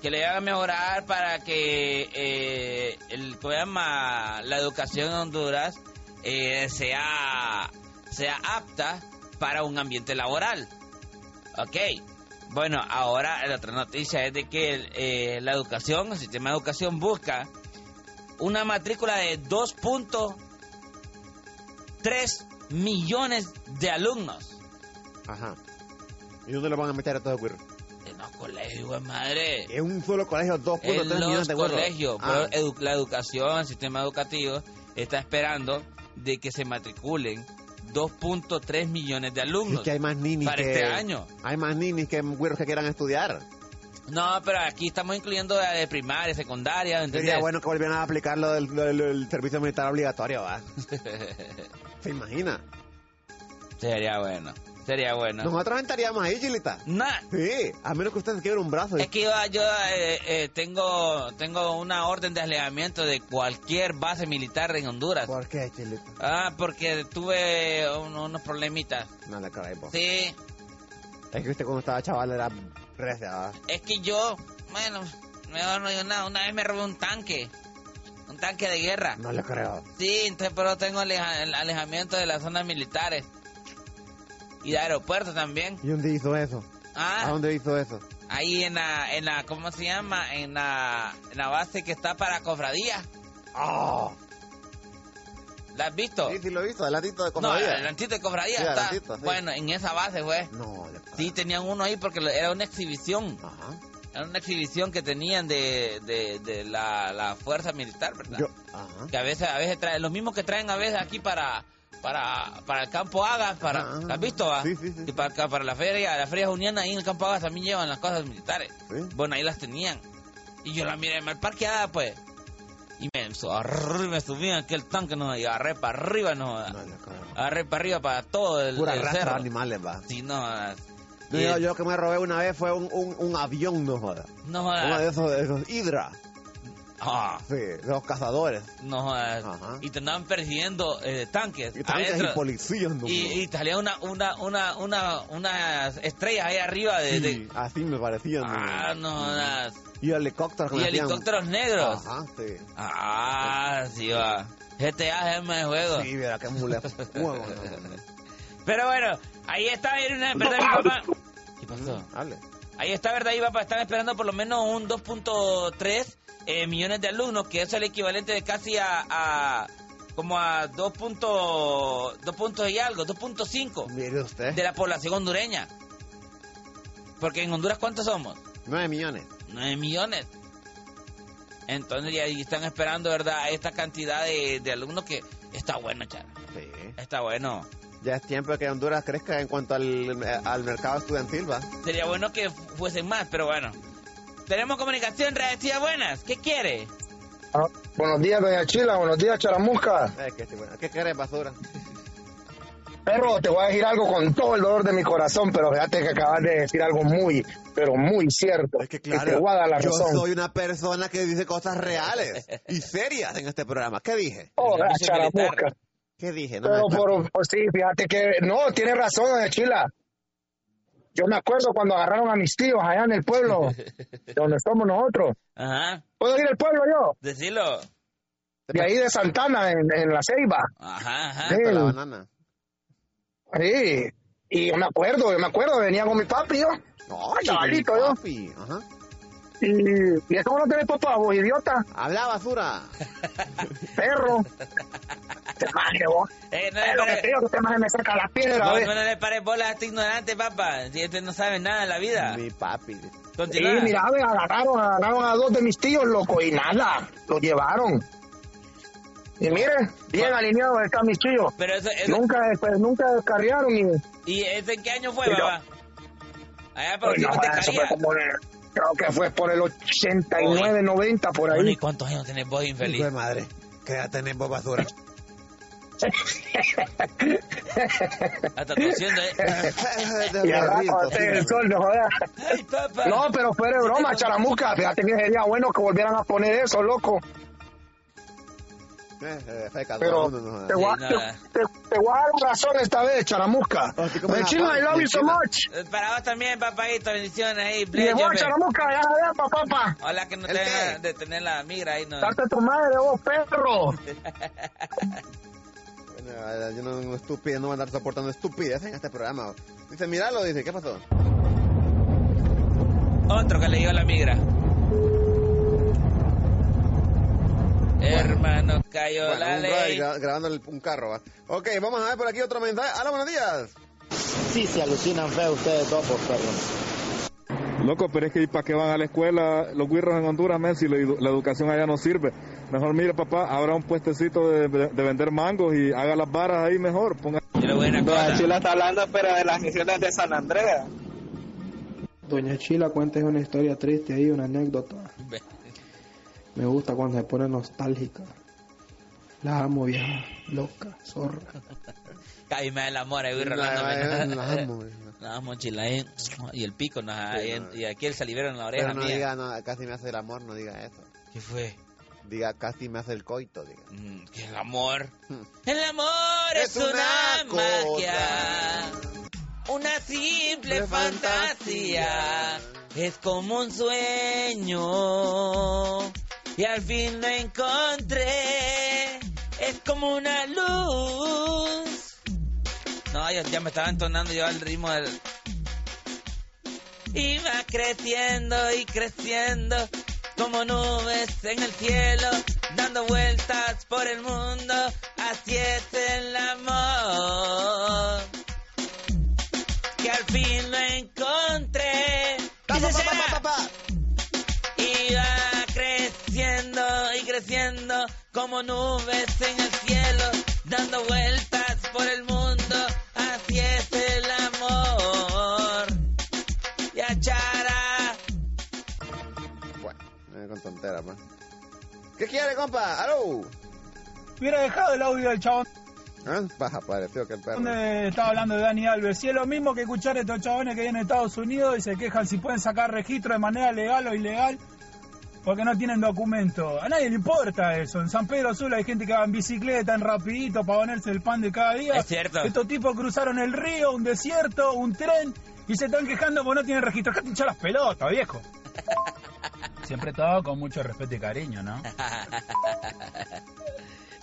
[SPEAKER 2] Que le iban a mejorar para que eh, el, ¿cómo se llama? la educación en Honduras eh, sea, sea apta para un ambiente laboral. Ok. Bueno, ahora la otra noticia es de que eh, la educación, el sistema de educación busca una matrícula de 2.3 millones de alumnos.
[SPEAKER 1] Ajá. ¿Y dónde lo van a meter a todos los güiros?
[SPEAKER 2] En los colegios, güey, madre.
[SPEAKER 1] Es un solo colegio, 2.3
[SPEAKER 2] En
[SPEAKER 1] millones
[SPEAKER 2] los
[SPEAKER 1] de güiros.
[SPEAKER 2] colegios,
[SPEAKER 1] Ah,
[SPEAKER 2] pero edu- la educación, el sistema educativo está esperando de que se matriculen 2.3 millones de
[SPEAKER 1] es
[SPEAKER 2] alumnos.
[SPEAKER 1] que hay más ninis
[SPEAKER 2] para
[SPEAKER 1] que...
[SPEAKER 2] este año.
[SPEAKER 1] Hay más ninis que güiros que quieran estudiar.
[SPEAKER 2] No, pero aquí estamos incluyendo la de primaria, secundaria, ¿entendés?
[SPEAKER 1] Sería bueno que volvieran a aplicar lo del, lo del- lo del servicio militar obligatorio, ¿va? ¿Se imagina?
[SPEAKER 2] Sería bueno, sería bueno.
[SPEAKER 1] Nosotros entraríamos ahí, Chilita.
[SPEAKER 2] Nah.
[SPEAKER 1] Sí, a menos que ustedes quiebren un brazo.
[SPEAKER 2] Es que yo, yo, eh, eh, tengo, tengo una orden de alejamiento de cualquier base militar en Honduras.
[SPEAKER 1] ¿Por qué, Chilita?
[SPEAKER 2] Ah, porque tuve un- unos problemitas.
[SPEAKER 1] No la caray, vos.
[SPEAKER 2] Sí,
[SPEAKER 1] Es que usted cuando estaba chaval era ¿eh? recia, ¿va?
[SPEAKER 2] es que yo, bueno, mejor no digo nada. Una vez me robé un tanque, un tanque de guerra.
[SPEAKER 1] No lo creo.
[SPEAKER 2] Sí, entonces pero tengo aleja- el alejamiento de las zonas militares y de aeropuertos también.
[SPEAKER 1] ¿Y dónde hizo eso?
[SPEAKER 2] Ah.
[SPEAKER 1] ¿A dónde hizo eso?
[SPEAKER 2] Ahí en la, en la, ¿cómo se llama? En la, en la base que está para cofradía.
[SPEAKER 1] ¡Ah!
[SPEAKER 2] ¿La has visto?
[SPEAKER 1] Sí, sí lo he visto, adelantito de
[SPEAKER 2] Oh. No,
[SPEAKER 1] cofradía.
[SPEAKER 2] el Antito de Cofradía
[SPEAKER 1] Pues Sí,
[SPEAKER 2] está.
[SPEAKER 1] adelantito, sí.
[SPEAKER 2] Bueno, en esa base fue.
[SPEAKER 1] No, le-
[SPEAKER 2] Sí, tenían uno ahí porque era una exhibición.
[SPEAKER 1] Ah.
[SPEAKER 2] Era una exhibición que tenían de, de, de la, la fuerza militar, ¿verdad?
[SPEAKER 1] yo... ¿eh? Ajá.
[SPEAKER 2] Que a veces, a veces traen, los mismos que traen a veces aquí para para, para el campo Agas,
[SPEAKER 1] Ah.
[SPEAKER 2] para, ¿la has visto? va? Y para acá, para la feria, la feria juniana ahí en el campo Agas también llevan las cosas militares. Bueno, ahí las tenían. Y yo la miré mal parqueada, pues. Y me, subí- me subí en aquel tanque, no, y agarré para arriba, no, agarré para arriba para todo el,
[SPEAKER 1] Pura
[SPEAKER 2] el
[SPEAKER 1] raza de
[SPEAKER 2] cerro.
[SPEAKER 1] animales, va.
[SPEAKER 2] Sí, no, ah,
[SPEAKER 1] No,
[SPEAKER 2] y-
[SPEAKER 1] yo, yo lo que me robé una vez fue un, un, un avión, no joda.
[SPEAKER 2] No jodas.
[SPEAKER 1] Uno de esos, de esos Hydra.
[SPEAKER 2] Ah.
[SPEAKER 1] Sí, de los cazadores.
[SPEAKER 2] no jodas. Y te andaban persiguiendo eh, tanques.
[SPEAKER 1] Y tanques
[SPEAKER 2] adentro.
[SPEAKER 1] y policías, no
[SPEAKER 2] Y, y salía una, una, una, una, unas estrellas ahí arriba de,
[SPEAKER 1] Sí,
[SPEAKER 2] de-
[SPEAKER 1] así me parecían.
[SPEAKER 2] Ah, no, jodas.
[SPEAKER 1] Y helicópteros que
[SPEAKER 2] Y
[SPEAKER 1] me hacían-
[SPEAKER 2] helicópteros negros.
[SPEAKER 1] Ajá, sí.
[SPEAKER 2] Ah, sí va. GTA es el de juego.
[SPEAKER 1] Sí, mira, qué mule. Huevo, no, no, no.
[SPEAKER 2] Pero bueno, ahí está, era una verdad, mi papá. ¿Qué pasó?
[SPEAKER 1] Hable.
[SPEAKER 2] Ahí está, verdad, mi papá. Están esperando por lo menos un 2.3 eh, millones de alumnos, que eso es el equivalente de casi a, a como a 2. punto- 2 puntos y algo, 2.5
[SPEAKER 1] Mire usted.
[SPEAKER 2] de la población hondureña. Porque en Honduras, ¿cuántos somos?
[SPEAKER 1] 9 millones.
[SPEAKER 2] 9 millones. Entonces ya ahí están esperando, ¿verdad? Esta cantidad de, de alumnos que está bueno, Chara. Está bueno.
[SPEAKER 1] Ya es tiempo de que Honduras crezca en cuanto al, al mercado estudiantil, va.
[SPEAKER 2] Sería bueno que fuesen más, pero bueno. Tenemos comunicación, Radecía Buenas. ¿Qué quiere?
[SPEAKER 7] Ah, buenos días, doña Chila. Buenos días, Charamusca.
[SPEAKER 1] Eh, que este, bueno, ¿Qué querés, basura?
[SPEAKER 7] Perro, te voy a decir algo con todo el dolor de mi corazón, pero fíjate que acabas de decir algo muy, pero muy cierto. Este, Es que
[SPEAKER 1] Claro,
[SPEAKER 7] te voy a dar la
[SPEAKER 1] yo
[SPEAKER 7] razón.
[SPEAKER 1] soy una persona que dice cosas reales y serias en este programa. ¿Qué dije?
[SPEAKER 7] Oh, la Charamusca.
[SPEAKER 1] ¿Qué dije? No me
[SPEAKER 7] Pero
[SPEAKER 1] acuerdo.
[SPEAKER 7] por, por- sí, fíjate que no, tiene razón, doña Chila. Yo me acuerdo cuando agarraron a mis tíos allá en el pueblo, de donde somos nosotros.
[SPEAKER 2] Ajá.
[SPEAKER 7] ¿Puedo ir al pueblo yo?
[SPEAKER 2] Decilo.
[SPEAKER 7] De ahí de Santana, en, en la Ceiba.
[SPEAKER 2] Ajá, ajá.
[SPEAKER 7] Sí. Sí. Y yo me acuerdo, yo me acuerdo, venía con mi papi yo.
[SPEAKER 1] Ay,
[SPEAKER 7] chavalito
[SPEAKER 1] mi
[SPEAKER 7] yo.
[SPEAKER 1] papi, Ajá.
[SPEAKER 7] Y, y eso no tenés papá, vos idiota.
[SPEAKER 1] Habla basura.
[SPEAKER 7] Perro. Te maje, vos.
[SPEAKER 2] Eh, no,
[SPEAKER 7] Es
[SPEAKER 2] le
[SPEAKER 7] lo que
[SPEAKER 2] pare-
[SPEAKER 7] te digo, que te maje me saca la piedra,
[SPEAKER 2] Vos
[SPEAKER 7] ve.
[SPEAKER 2] no le pares bolas a este ignorante, papá. Si este no sabe nada de la vida.
[SPEAKER 1] Mi papi.
[SPEAKER 7] Sí,
[SPEAKER 2] Continúa.
[SPEAKER 7] mira, ve, agarraron, agarraron a dos de mis tíos, loco, y nada, los llevaron. Y miren, bien alineados están mis tíos.
[SPEAKER 2] Pero eso, eso-
[SPEAKER 7] Nunca, pues, nunca descarriaron y...
[SPEAKER 2] ¿Y ese en qué año fue,
[SPEAKER 7] Mira.
[SPEAKER 2] papá? Allá por
[SPEAKER 7] Pues, no,
[SPEAKER 2] Occidente
[SPEAKER 7] eso
[SPEAKER 2] Caría.
[SPEAKER 7] fue como en el- creo que fue por el 89, 90, por ahí.
[SPEAKER 2] Bueno, ¿y cuántos años tenés vos, infeliz?
[SPEAKER 1] Hijo de madre. Que ya tenemos basura.
[SPEAKER 2] Hasta tosiendo, eh.
[SPEAKER 7] Y al rato va a ser el sol, no jodas. No, pero fuera de broma, charamuca. Fíjate que sería bueno que volvieran a poner eso, loco. Pero te voy a- te- te- te voy a dar la razón esta vez, charamuca. Me chila, I love you so much.
[SPEAKER 2] Eh, Para vos también, papadito, bendiciones ahí.
[SPEAKER 7] Y de Este.
[SPEAKER 2] Bless,
[SPEAKER 7] vos,
[SPEAKER 2] hombre.
[SPEAKER 7] charamuca, ya la veo, papá. papá.
[SPEAKER 2] Ojalá que no te dejes de tener la migra ahí, no.
[SPEAKER 7] Darte tu madre, vos, perro.
[SPEAKER 1] Bueno, eh, yo no, no estúpido, no voy a andar soportando estupidez en este programa. Dice, míralo, dice, ¿qué pasó?
[SPEAKER 2] Otro que le dio la migra. Hermano, cayó
[SPEAKER 1] Bueno,
[SPEAKER 2] la
[SPEAKER 1] un
[SPEAKER 2] ley.
[SPEAKER 1] ride gra- grabando el- un carro, va. Ok, vamos a ver por aquí otro mensaje. Hola, buenos días.
[SPEAKER 12] Sí, se alucinan feo ustedes dos, por favor.
[SPEAKER 3] Loco, pero es que ¿y para qué van a la escuela los guirros en Honduras, men? Si la, edu- la educación allá no sirve. Mejor, mire, papá, habrá un puestecito de, de vender mangos y haga las varas ahí mejor. Ponga...
[SPEAKER 10] Doña Chila está hablando, pero de las misiones de San Andrés.
[SPEAKER 13] Doña Chila cuenta una historia triste ahí, una anécdota. Me gusta cuando se pone nostálgica. La amo, vieja, loca, zorra.
[SPEAKER 2] Ahí me da el amor, ahí voy
[SPEAKER 13] La-
[SPEAKER 2] rolándome.
[SPEAKER 13] la amo,
[SPEAKER 2] La amo, chila, ahí. Y el pico, no, ahí en- y aquí el salivero en la oreja
[SPEAKER 1] Pero no
[SPEAKER 2] mía.
[SPEAKER 1] diga, no, casi me hace el amor, no diga eso.
[SPEAKER 2] ¿Qué fue?
[SPEAKER 1] Diga, casi me hace el coito, diga.
[SPEAKER 2] Mm, que el amor. El amor es,
[SPEAKER 1] Es
[SPEAKER 2] una,
[SPEAKER 1] una cosa.
[SPEAKER 2] magia, una simple fantasía. Es como un sueño y al fin lo encontré. Es como una luz. No, yo ya me estaba entonando yo al ritmo del. Y va creciendo y creciendo como nubes en el cielo, dando vueltas por el mundo. Así es el amor. Que al fin lo encontré. Y se llena. Y va creciendo y creciendo como nubes en el cielo, dando vueltas por el mundo. Así es el amor. Ya chara.
[SPEAKER 1] Eh, con tontera, pa. ¿Qué quiere, compa? ¡Aló!
[SPEAKER 14] Hubiera dejado el audio del chabón
[SPEAKER 1] ¿Ah? Baja, pareció que el perro.
[SPEAKER 14] donde estaba hablando de Dani Alves. Y es lo mismo que escuchar a estos chabones que vienen de Estados Unidos y se quejan si pueden sacar registro de manera legal o ilegal porque no tienen documento. A nadie le importa eso. En San Pedro Sula hay gente que va en bicicleta, en rapidito, para ponerse el pan de cada día.
[SPEAKER 2] Es cierto.
[SPEAKER 14] Estos tipos cruzaron el río, un desierto, un tren y se están quejando porque no tienen registro. Acá te hinchar las pelotas, viejo. Siempre todo con mucho respeto y cariño, ¿no?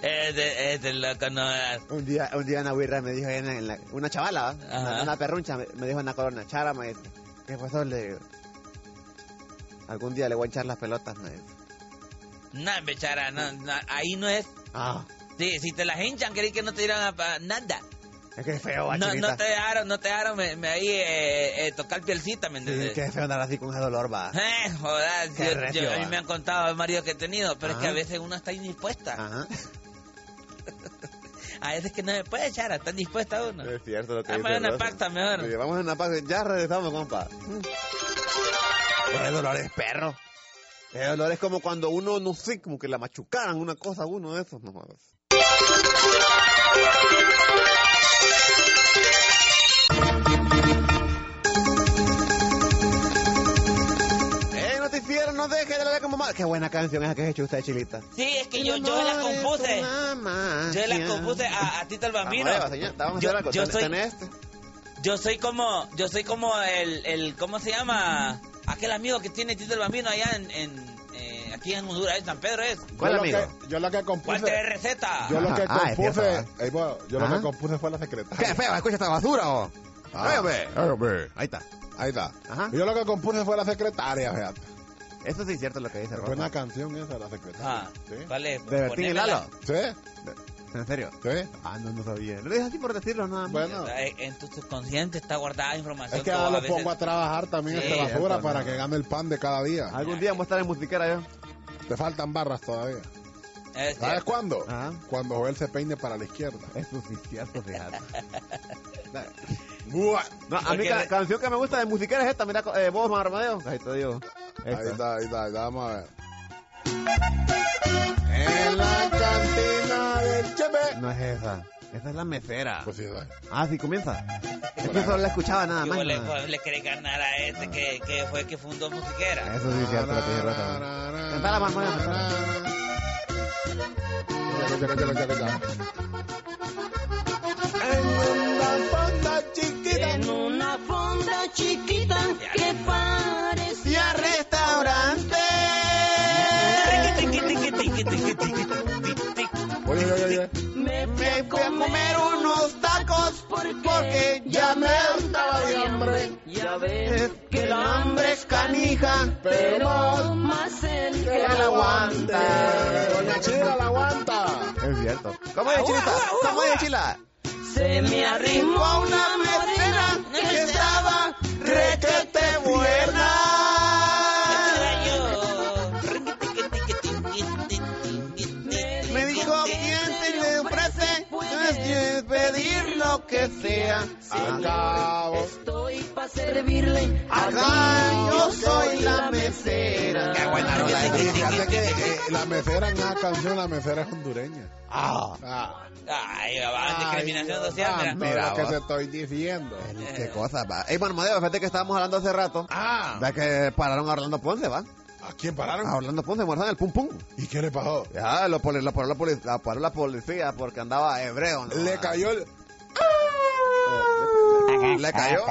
[SPEAKER 2] Este, este loco no es.
[SPEAKER 1] Un día, un día una birra me dijo, en la- en la- una chavala, ¿va? una, una perruncha, me, me dijo en la corona, chara, maestro, ¿qué pasó? Le digo, algún día le voy a echar las pelotas, maestro.
[SPEAKER 2] No, hombre, chara, no, no, ahí no es.
[SPEAKER 1] Ah,
[SPEAKER 2] Sí, si te las hinchan, querés que no te dieran a- pa- nada.
[SPEAKER 1] es que es feo, va,
[SPEAKER 2] No,
[SPEAKER 1] chinita.
[SPEAKER 2] no te dejaron, no te dejaron me, me ahí eh, eh, tocar pielcita, ¿me
[SPEAKER 1] Sí,
[SPEAKER 2] entiendes?
[SPEAKER 1] que es feo andar así con ese dolor, va.
[SPEAKER 2] Eh, joder,
[SPEAKER 1] Qué
[SPEAKER 2] yo- yo-
[SPEAKER 1] recio,
[SPEAKER 2] a mí
[SPEAKER 1] va.
[SPEAKER 2] me han contado el marido que he tenido, pero es que
[SPEAKER 15] Ah.
[SPEAKER 1] Ajá.
[SPEAKER 2] a veces uno está indispuesta.
[SPEAKER 1] Ajá.
[SPEAKER 2] a veces que no se puede echar, está indispuesta uno.
[SPEAKER 15] Eh.
[SPEAKER 1] Es cierto lo que
[SPEAKER 2] Vamos
[SPEAKER 1] dice
[SPEAKER 2] a una
[SPEAKER 1] Rosa.
[SPEAKER 2] pacta mejor.
[SPEAKER 1] Sí, vamos a una pacta, ya regresamos, compa. Pero el dolor es perro. El dolor es Eh, como cuando uno, no sé, como que la machucaran, una cosa, uno de esos, no jodas. ¡Ey, Eh, noticiero, no deje de hablar como mamá! ¡Qué buena canción esa que has hecho usted, Chilita!
[SPEAKER 2] Sí, es que yo, yo la compuse. Yo
[SPEAKER 15] Ah.
[SPEAKER 2] la compuse a, a Tito el Bambino.
[SPEAKER 1] Vamos a ver, señor, vamos a hacer
[SPEAKER 2] Yo-
[SPEAKER 1] algo.
[SPEAKER 2] yo
[SPEAKER 1] Ten-
[SPEAKER 2] soy-
[SPEAKER 1] ten este.
[SPEAKER 2] Yo soy como, yo soy como el, el ¿cómo se llama? Aquel amigo que tiene Tito el Bambino allá en, en, eh, aquí en Honduras, en San Pedro es.
[SPEAKER 15] yo Lo que, yo lo que compuse.
[SPEAKER 2] Walter RZ.
[SPEAKER 15] Yo lo que
[SPEAKER 1] Ajá, ah, es
[SPEAKER 15] compuse.
[SPEAKER 1] cierto,
[SPEAKER 15] ahí va, yo lo
[SPEAKER 1] Ajá.
[SPEAKER 15] que compuse fue la secretaria.
[SPEAKER 1] ¡Qué feo! ¡Escucha esta basura, vos!
[SPEAKER 15] Ah,
[SPEAKER 1] Ay, hombre.
[SPEAKER 15] ay, hombre. Ahí está. Ahí está. Yo lo que compuse fue la secretaria, fíjate.
[SPEAKER 1] Eso sí es cierto lo que dice,
[SPEAKER 15] Fue una canción esa, la secretaria.
[SPEAKER 2] Ah, ¿Cuál es?
[SPEAKER 15] ¿De Bertín y Lalo? Sí.
[SPEAKER 1] ¿En serio?
[SPEAKER 15] Sí.
[SPEAKER 1] Ah, no, no sabía. Lo dije así por decirlo, nada más.
[SPEAKER 15] Bueno.
[SPEAKER 2] Está En en tu subconsciente está guardada información.
[SPEAKER 15] Es que
[SPEAKER 2] vos
[SPEAKER 15] ahora
[SPEAKER 2] a
[SPEAKER 15] lo
[SPEAKER 2] veces-
[SPEAKER 15] pongo a trabajar también
[SPEAKER 2] Sí,
[SPEAKER 15] esta basura
[SPEAKER 2] cierto,
[SPEAKER 15] para
[SPEAKER 2] no.
[SPEAKER 15] que gane el pan de cada día.
[SPEAKER 1] Algún día vamos a estar en musiquera yo.
[SPEAKER 15] Te faltan barras todavía.
[SPEAKER 2] Es
[SPEAKER 15] ¿Sabes
[SPEAKER 2] cierto.
[SPEAKER 15] cuándo? Cuando Joel se peine para la izquierda.
[SPEAKER 1] Eso sí es cierto, fíjate.
[SPEAKER 15] Buah.
[SPEAKER 1] No, a mí
[SPEAKER 15] Porque-
[SPEAKER 1] la canción que me gusta de musiquera es esta, mira, eh, vos, Mar Armadeo. Ahí te digo.
[SPEAKER 15] Ahí
[SPEAKER 1] Esta.
[SPEAKER 15] está, ahí está, ahí está, vamos a ver. En la cantina del Chepe.
[SPEAKER 1] No es esa. Esa es la mesera.
[SPEAKER 15] Pues sí, esa.
[SPEAKER 1] Ah, sí, comienza. Es que solo la escuchaba
[SPEAKER 15] Ah,
[SPEAKER 1] nada
[SPEAKER 2] Y
[SPEAKER 1] más.
[SPEAKER 2] vos le,
[SPEAKER 1] nada.
[SPEAKER 2] vos le querés ganar a este que, que fue el que fundó Musiquera.
[SPEAKER 1] Eso sí es cierto, lo que dice Rata. Cantala, Mar Armadeo, cantala.
[SPEAKER 15] chiquita.
[SPEAKER 5] En una fonda chiquita que parecía
[SPEAKER 1] restaurante.
[SPEAKER 15] Ah. Oye, oye, oye.
[SPEAKER 5] Me fui a
[SPEAKER 1] comer unos tacos porque
[SPEAKER 5] ya me
[SPEAKER 1] andaba de hambre.
[SPEAKER 5] Ya ves que el
[SPEAKER 1] hambre es canija,
[SPEAKER 5] pero más el que la aguanta.
[SPEAKER 15] Doña Chila la aguanta.
[SPEAKER 1] Es cierto. ¿Cómo es, Chilita? ¿Cómo es, Chila?
[SPEAKER 5] Se me arrimó a una morena que estaba requete buena.
[SPEAKER 1] Me dijo quién te le ofrece, es pedir lo que sea.
[SPEAKER 15] Acabo.
[SPEAKER 5] Estoy para servirle.
[SPEAKER 1] Acá yo soy la mesera. Qué buena rola.
[SPEAKER 15] Y Fíjate que eh, la mesera en una canción, la mesera es hondureña.
[SPEAKER 1] Ah.
[SPEAKER 15] Ah.
[SPEAKER 2] Ay, va, discriminación
[SPEAKER 15] Ay,
[SPEAKER 2] social,
[SPEAKER 15] ah,
[SPEAKER 2] mira.
[SPEAKER 15] mira,
[SPEAKER 1] Mira,
[SPEAKER 15] lo que
[SPEAKER 1] vos.
[SPEAKER 15] te estoy diciendo.
[SPEAKER 1] Qué cosa, va. Ey, bueno, Madeo, fíjate que estábamos hablando hace rato.
[SPEAKER 15] Ah.
[SPEAKER 1] Ya que pararon a Orlando Ponce, ¿va?
[SPEAKER 15] ¿A quién pararon?
[SPEAKER 1] A Orlando Ponce, muerdan el pum pum.
[SPEAKER 15] ¿Y qué le pasó?
[SPEAKER 1] Ya, lo, poli- lo paró la poli- la paró la policía porque andaba hebreo. ¿no?
[SPEAKER 15] Le cayó el.
[SPEAKER 1] Ah. Le cayó.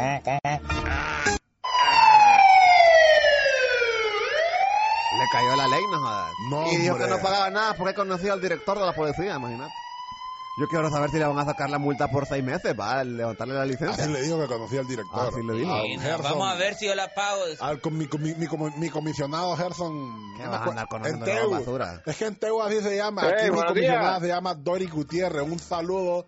[SPEAKER 1] Le cayó la ley, no jodas.
[SPEAKER 15] No,
[SPEAKER 1] y dijo que
[SPEAKER 15] hombre.
[SPEAKER 1] no pagaba nada porque conocía al director de la policía, imagínate. Yo quiero saber si le van a sacar la multa por seis meses, va a levantarle la licencia.
[SPEAKER 15] Así le dijo que conocía al director.
[SPEAKER 1] Así le dijo.
[SPEAKER 15] A
[SPEAKER 2] Y
[SPEAKER 15] don
[SPEAKER 2] no,
[SPEAKER 15] Gerson.
[SPEAKER 2] vamos a ver si yo la pago.
[SPEAKER 15] Al, Ah, con mi, con mi, mi, comi- mi comisionado Gerson.
[SPEAKER 1] ¿Qué
[SPEAKER 15] no me
[SPEAKER 1] vas a
[SPEAKER 15] acuerdo.
[SPEAKER 1] andar conociendo
[SPEAKER 15] En
[SPEAKER 1] la
[SPEAKER 15] Teu.
[SPEAKER 1] basura?
[SPEAKER 15] Es que en Teu así se llama.
[SPEAKER 1] Ey,
[SPEAKER 15] Aquí mi
[SPEAKER 1] buenos
[SPEAKER 15] comisionada
[SPEAKER 1] días.
[SPEAKER 15] se llama Dori Gutiérrez. Un saludo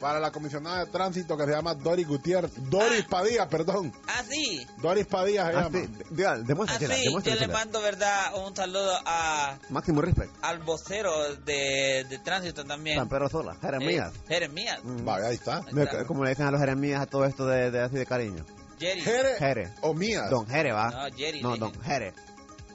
[SPEAKER 15] para la comisionada de tránsito que se llama Dori Gutiérrez. Doris Padilla, perdón.
[SPEAKER 2] Ah, sí. ah,
[SPEAKER 15] Doris Padilla se
[SPEAKER 1] Ah,
[SPEAKER 15] llama.
[SPEAKER 1] sí, diga, demuéstrasela,
[SPEAKER 2] Sí, yo le
[SPEAKER 1] demuéstrasela.
[SPEAKER 2] mando, ¿verdad? Un saludo a,
[SPEAKER 1] Máximo respeto.
[SPEAKER 2] al vocero de, de tránsito también.
[SPEAKER 1] San Pedro Sola, Jeremías.
[SPEAKER 2] Eh, Jeremías.
[SPEAKER 1] Mm.
[SPEAKER 15] Vaya, ahí está.
[SPEAKER 1] No, es Como le dicen a los Jeremías a todo esto de, de así de cariño.
[SPEAKER 2] Jerry.
[SPEAKER 15] Jere
[SPEAKER 1] Jere.
[SPEAKER 15] o Mías.
[SPEAKER 1] Don Jere, va.
[SPEAKER 2] No, Jerry,
[SPEAKER 1] No,
[SPEAKER 2] dije.
[SPEAKER 1] don Jere.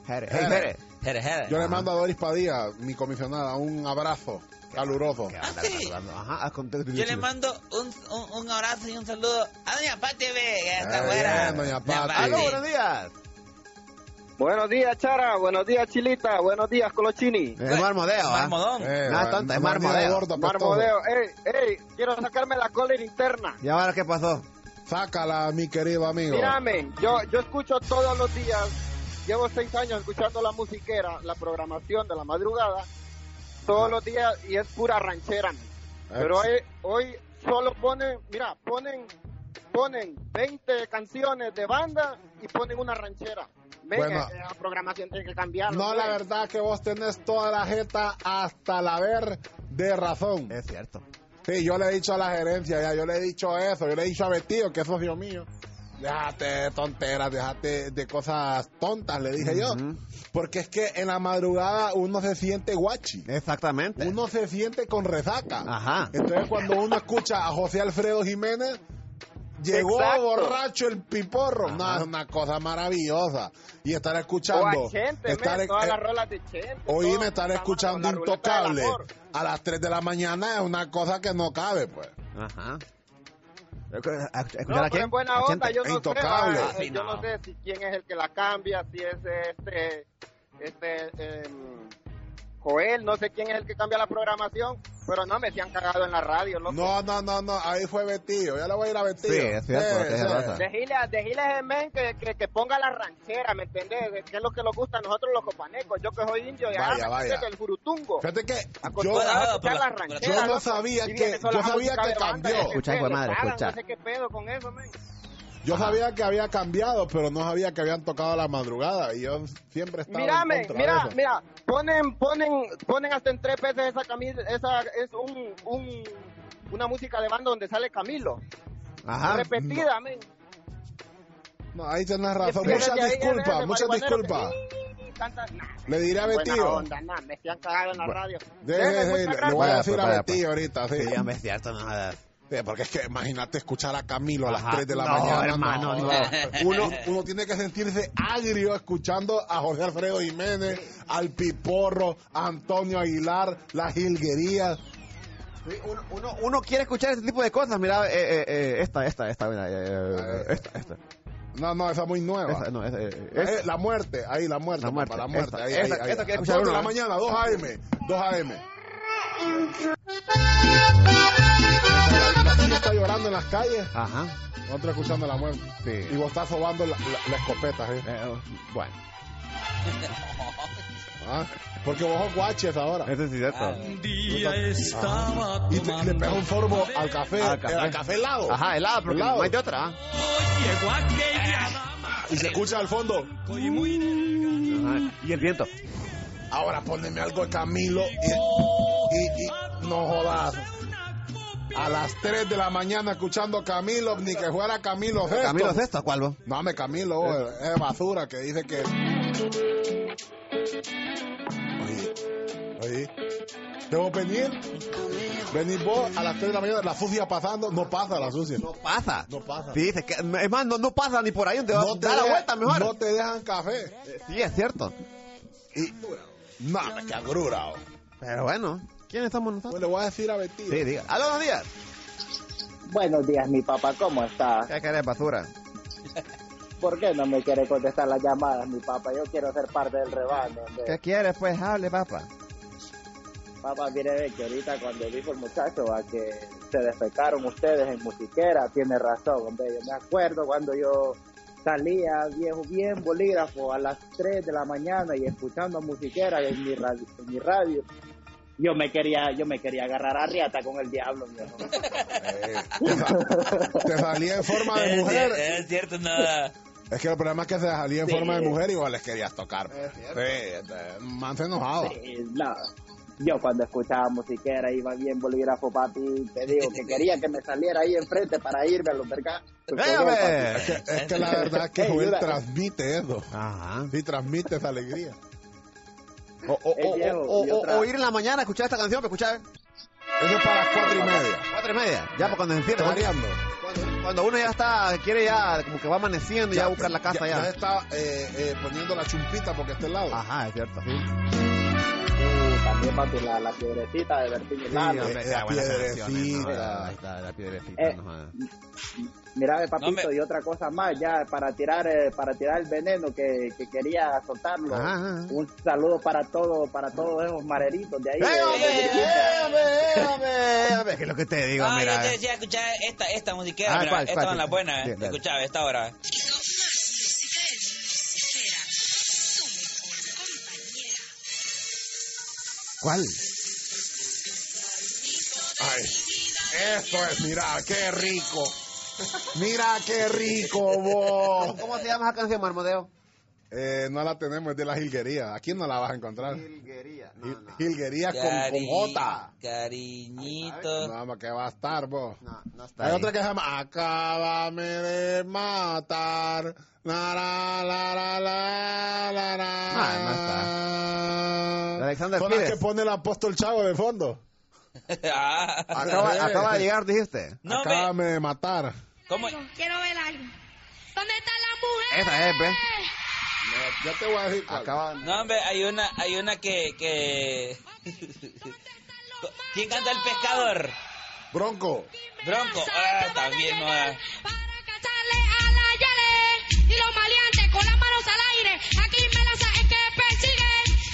[SPEAKER 1] Jere. Hey,
[SPEAKER 15] Jere.
[SPEAKER 1] Jere.
[SPEAKER 2] Jere, Jere.
[SPEAKER 1] Ah.
[SPEAKER 15] Yo le mando a Doris Padilla, mi comisionada, un abrazo caluroso.
[SPEAKER 2] Ah, sí.
[SPEAKER 1] Ajá, con-
[SPEAKER 2] Yo le mando un, un, un abrazo y un saludo a Doña Pati, ve, que está
[SPEAKER 15] Eh,
[SPEAKER 1] Ah,
[SPEAKER 2] afuera.
[SPEAKER 15] bien,
[SPEAKER 2] Doña
[SPEAKER 15] doña Pati.
[SPEAKER 2] Pati.
[SPEAKER 15] Aló,
[SPEAKER 1] buenos días.
[SPEAKER 16] Buenos días, Chara. Buenos días, Chilita. Buenos días, Colochini.
[SPEAKER 1] Es marmodeo, ¿ah?
[SPEAKER 2] Marmodón.
[SPEAKER 15] Eh,
[SPEAKER 1] No, es
[SPEAKER 15] bueno,
[SPEAKER 1] tonto,
[SPEAKER 15] no es ni
[SPEAKER 1] es
[SPEAKER 15] de pues,
[SPEAKER 1] marmodeo.
[SPEAKER 15] gordo, apestoso.
[SPEAKER 16] Marmodeo. Ey, ey, quiero sacarme la cólera interna.
[SPEAKER 1] ¿Y ahora qué pasó?
[SPEAKER 15] Sácala, mi querido amigo.
[SPEAKER 16] Mírame, yo, yo escucho todos los días. Llevo seis años escuchando la musiquera, la programación de la madrugada, todos los días y es pura ranchera. mi. Pero hoy, hoy solo ponen, mira, ponen, ponen 20 canciones de banda y ponen una ranchera. Ven,
[SPEAKER 15] Bueno.
[SPEAKER 16] eh, la programación tiene que pues. cambiar.
[SPEAKER 15] No, la verdad que vos tenés toda la jeta hasta la ver de razón.
[SPEAKER 1] Es cierto.
[SPEAKER 15] Sí, yo le he dicho a la gerencia, ya, yo le he dicho eso, yo le he dicho a Betío, que es socio mío. Déjate de tonteras, déjate de cosas tontas, le dije yo. Porque es que en la madrugada uno se siente guachi.
[SPEAKER 1] Exactamente.
[SPEAKER 15] Uno se siente con resaca.
[SPEAKER 16] Ah.
[SPEAKER 1] Ajá.
[SPEAKER 15] Entonces cuando uno escucha a José Alfredo Jiménez, Llegó
[SPEAKER 16] Exacto.
[SPEAKER 15] borracho el piporro. No, es una cosa maravillosa. Y estar escuchando.
[SPEAKER 16] O a Chente,
[SPEAKER 15] estar,
[SPEAKER 16] men, todas
[SPEAKER 15] eh,
[SPEAKER 16] las rolas de Chente.
[SPEAKER 15] Oíme,
[SPEAKER 16] todo.
[SPEAKER 15] estar
[SPEAKER 16] Estamos
[SPEAKER 15] escuchando
[SPEAKER 16] con la ruleta del
[SPEAKER 15] Intocable
[SPEAKER 16] amor.
[SPEAKER 15] a las 3 de la mañana es una cosa que no cabe, pues.
[SPEAKER 1] Ajá. Escuchar
[SPEAKER 16] No,
[SPEAKER 1] a
[SPEAKER 16] pero
[SPEAKER 1] quién?
[SPEAKER 16] en buena
[SPEAKER 1] ¿A
[SPEAKER 16] onda,
[SPEAKER 1] Chente?
[SPEAKER 16] Ah, yo no, sé,
[SPEAKER 1] Intocable.
[SPEAKER 16] va,
[SPEAKER 1] Ah, sí,
[SPEAKER 16] yo
[SPEAKER 1] no.
[SPEAKER 16] no sé si quién es el que la cambia, si es este, este, em, Joel, no sé quién es el que cambia la programación, pero no, me se han cagado en la radio, loco.
[SPEAKER 15] No, no, no, no, ahí fue Betillo, ya le voy a ir a Betillo.
[SPEAKER 1] Sí, es cierto, tiene razón.
[SPEAKER 16] Dejile, a- dejile a ese men que, que, que ponga la ranchera, ¿me entendés? Que es lo que nos gusta a nosotros los copanecos. Yo que soy indio, ya
[SPEAKER 15] Vaya,
[SPEAKER 16] me
[SPEAKER 15] vaya.
[SPEAKER 16] puse el jurutungo.
[SPEAKER 15] Fíjate que yo,
[SPEAKER 16] Acostumbrado a escuchar la ranchera,
[SPEAKER 15] yo no
[SPEAKER 16] loco.
[SPEAKER 15] sabía
[SPEAKER 16] Y
[SPEAKER 15] que,
[SPEAKER 16] viene solo
[SPEAKER 15] yo
[SPEAKER 16] la
[SPEAKER 15] sabía
[SPEAKER 16] música
[SPEAKER 15] que
[SPEAKER 16] de banda,
[SPEAKER 15] cambió.
[SPEAKER 16] ese pedo, cagan, No sé qué pedo con eso, men.
[SPEAKER 15] Yo sabía que había cambiado, pero no sabía que habían tocado a la madrugada. Y yo siempre estaba. en
[SPEAKER 16] Mírame,
[SPEAKER 15] contra de
[SPEAKER 16] mira,
[SPEAKER 15] eso.
[SPEAKER 16] mira, ponen, ponen, ponen hasta en tres veces esa camisa, esa es un, un, una música de banda donde sale Camilo,
[SPEAKER 15] Ajá.
[SPEAKER 16] repetida, men.
[SPEAKER 15] No, ahí tenés razón.
[SPEAKER 16] Y fíjate
[SPEAKER 15] Muchas
[SPEAKER 16] ahí,
[SPEAKER 15] disculpas,
[SPEAKER 16] ese
[SPEAKER 15] muchas
[SPEAKER 16] marihuanero
[SPEAKER 15] disculpas.
[SPEAKER 16] que- Tanta- nah,
[SPEAKER 15] Le diré a
[SPEAKER 16] buena
[SPEAKER 15] Betillo.
[SPEAKER 16] onda, nah, me han cagado en la radio.
[SPEAKER 15] De-
[SPEAKER 16] Dele,
[SPEAKER 15] de-
[SPEAKER 16] muchas
[SPEAKER 15] de-
[SPEAKER 16] gracias.
[SPEAKER 15] le voy a
[SPEAKER 1] Vaya,
[SPEAKER 15] decir
[SPEAKER 1] pues,
[SPEAKER 15] a
[SPEAKER 1] vaya,
[SPEAKER 15] Betillo ahorita, sí.
[SPEAKER 1] Sí, ya me es cierto, no jodas.
[SPEAKER 15] Sí, porque es que imagínate escuchar a Camilo a las
[SPEAKER 1] Ajá.
[SPEAKER 15] 3 de la
[SPEAKER 1] No,
[SPEAKER 15] mañana.
[SPEAKER 1] hermano,
[SPEAKER 15] jodas.
[SPEAKER 1] no.
[SPEAKER 15] Uno, uno tiene que sentirse agrio escuchando a Jorge Alfredo Jiménez, al Piporro, a Antonio Aguilar, las jilguerías.
[SPEAKER 1] Sí, uno, uno- uno quiere escuchar ese tipo de cosas. Mira, eh, eh, eh, esta, esta, esta, mira, eh, esta, esta.
[SPEAKER 15] No, no, esa es muy nueva.
[SPEAKER 1] Esa, no, esa, eh,
[SPEAKER 15] Eh,
[SPEAKER 1] esa.
[SPEAKER 15] la muerte, ahí la muerte,
[SPEAKER 1] La muerte,
[SPEAKER 15] papá, la muerte.
[SPEAKER 1] esta,
[SPEAKER 15] ahí,
[SPEAKER 1] esta-
[SPEAKER 15] ahí, ahí.
[SPEAKER 1] esta quiere
[SPEAKER 15] A
[SPEAKER 1] escuchar
[SPEAKER 15] dos de
[SPEAKER 1] uno,
[SPEAKER 15] la
[SPEAKER 1] ¿eh?
[SPEAKER 15] mañana, 2 AM, 2 AM. La gente está llorando en las calles.
[SPEAKER 1] Ajá.
[SPEAKER 15] Nosotros escuchando la muerte. Y vos estás sobando la, la- la escopeta, ¿sí?
[SPEAKER 1] Eh, oh, bueno.
[SPEAKER 15] Ah, Porque vos sos guaches ahora.
[SPEAKER 1] Eso sí es cierto. Un
[SPEAKER 15] día
[SPEAKER 1] Ah.
[SPEAKER 15] estaba Y te- le pegas un sorbo al café.
[SPEAKER 1] Al
[SPEAKER 15] Al
[SPEAKER 1] café.
[SPEAKER 15] café, helado.
[SPEAKER 1] Ajá, helado, porque no hay de otra. Ah.
[SPEAKER 15] Y se escucha al fondo.
[SPEAKER 1] Y el viento.
[SPEAKER 15] Ahora poneme algo de Camilo y, y- y- no jodas. A las 3 de la mañana escuchando Camilo, ni que fuera Camilo Sesto.
[SPEAKER 1] Camilo Sexto, ¿cuál vos?
[SPEAKER 15] No, me Camilo, eh, es basura que dice que. Oye, oye, debo venir. Venís vos a las 3 de la mañana, la sucia pasando, no pasa la sucia. No
[SPEAKER 1] pasa.
[SPEAKER 15] No pasa.
[SPEAKER 1] Sí, dice que, es más, no, no pasa ni por ahí donde va
[SPEAKER 15] No
[SPEAKER 1] a
[SPEAKER 15] te
[SPEAKER 1] dar la
[SPEAKER 15] deja-
[SPEAKER 1] vuelta mejor.
[SPEAKER 15] No te dejan café.
[SPEAKER 1] Sí, es cierto.
[SPEAKER 15] Y, nada, que agrurado.
[SPEAKER 1] Pero bueno, ¿quiénes estamos nosotros?
[SPEAKER 15] Pues le voy a decir a Betillo.
[SPEAKER 1] Sí, diga. ¡Aló, buenos días!
[SPEAKER 7] Buenos días, mi papá, ¿cómo está?
[SPEAKER 1] ¿Qué querés, basura?
[SPEAKER 7] ¿Por qué no me quiere contestar las llamadas, mi papá? Yo quiero ser parte del rebaño. hombre.
[SPEAKER 1] ¿Qué quieres, pues? Hable, papá.
[SPEAKER 7] Papá, mire, ve que ahorita cuando dijo el muchacho a que se despecaron ustedes en musiquera, tiene razón, hombre. Yo me acuerdo cuando yo salía viejo, bien bolígrafo a las 3 de la mañana y escuchando musiquera en mi radio. En mi radio. Yo me quería, yo me quería agarrar a riata con el diablo, mi hermano.
[SPEAKER 15] Te salía en forma de
[SPEAKER 2] Es
[SPEAKER 15] mujer.
[SPEAKER 2] cier- Es cierto, nada.
[SPEAKER 15] Es que el problema es que se salía en
[SPEAKER 2] Sí.
[SPEAKER 15] forma de mujer y vos les querías tocar. Sí, eh, man se enojaba.
[SPEAKER 7] Sí, no. Yo cuando escuchaba musiquera iba bien bolígrafo, papi, te digo que quería que me saliera ahí enfrente para irme a los mercados.
[SPEAKER 1] pues.
[SPEAKER 15] Es que, es que la verdad es que
[SPEAKER 7] Ey,
[SPEAKER 15] Joel
[SPEAKER 7] mira.
[SPEAKER 15] transmite eso.
[SPEAKER 1] Ajá.
[SPEAKER 15] Sí, transmite esa alegría.
[SPEAKER 1] O, o, o, o- o- o ir en la mañana a escuchar esta canción, pero escuchar
[SPEAKER 15] Eso es para las cuatro y media.
[SPEAKER 1] cuatro y media, ya para cuando se enciende.
[SPEAKER 15] Está variando.
[SPEAKER 1] Cuando, cuando uno ya está, quiere ya, como que va amaneciendo, ya, a buscar la casa ya.
[SPEAKER 15] Ya está eh, eh, poniendo la chumpita porque está helado.
[SPEAKER 1] Ajá, es cierto. Sí.
[SPEAKER 7] También, papi, la, la piedrecita de Bertín
[SPEAKER 1] Sí,
[SPEAKER 7] Hernández.
[SPEAKER 1] hombre, qué
[SPEAKER 15] la
[SPEAKER 1] buenas
[SPEAKER 15] piedrecita.
[SPEAKER 1] canciones, ¿no? Ahí está, la piedrecita.
[SPEAKER 7] Eh,
[SPEAKER 1] no jodas.
[SPEAKER 7] Mira, ve, papito, y otra cosa más, ya para tirar eh, para tirar el veneno que, que quería
[SPEAKER 1] Ah,
[SPEAKER 7] soltarlo. Un saludo para todos, para todos esos mareritos de ahí. de- de-
[SPEAKER 1] A ver, ¿qué es lo que te digo?
[SPEAKER 2] Ah,
[SPEAKER 1] mira. eh.
[SPEAKER 2] yo te decía, escuchá esta, esta musiquera,
[SPEAKER 1] Ah,
[SPEAKER 2] mira,
[SPEAKER 1] ¿cuál,
[SPEAKER 2] esta
[SPEAKER 1] cuál?
[SPEAKER 2] es la buena,
[SPEAKER 1] Sí,
[SPEAKER 2] eh.
[SPEAKER 1] dale. Ah,
[SPEAKER 2] escuchá, esta hora.
[SPEAKER 1] ¿Cuál?
[SPEAKER 15] Ay, esto es, mira, qué rico. Mira, qué rico, vos.
[SPEAKER 1] ¿Cómo se llama esa canción, Marmodeo?
[SPEAKER 15] Eh, no la tenemos, es de la jilguería. Aquí no la vas a encontrar.
[SPEAKER 1] Jilguería.
[SPEAKER 15] Jil- Jilguería con, con
[SPEAKER 2] Cari-
[SPEAKER 15] J.
[SPEAKER 2] Cariñito.
[SPEAKER 15] No, ma, que va a estar, vos.
[SPEAKER 1] No, no está
[SPEAKER 15] Hay
[SPEAKER 1] ahí.
[SPEAKER 15] otra que se llama Acábame de matar. La, la, la, la, la, la, la.
[SPEAKER 1] Ah, No, no está. Alexander
[SPEAKER 15] Son las
[SPEAKER 1] Pires.
[SPEAKER 15] que pone el apóstol Chavo de fondo.
[SPEAKER 2] Ah.
[SPEAKER 1] Acaba,
[SPEAKER 15] Sí.
[SPEAKER 1] Eh. acaba de llegar, dijiste.
[SPEAKER 15] Acábame de matar.
[SPEAKER 2] ¿Cómo?
[SPEAKER 17] Quiero ver algo. ¿Dónde están las mujeres?
[SPEAKER 1] Esa es, pues. ¿ves?
[SPEAKER 15] Yo te voy a decir. cuál.
[SPEAKER 2] No, hombre, hay una, hay una que... que... ¿Quién canta el pescador?
[SPEAKER 15] Bronco.
[SPEAKER 2] Bronco. Ah, también no es.
[SPEAKER 17] Y los maleantes con las manos al aire. Aquí me lanza el que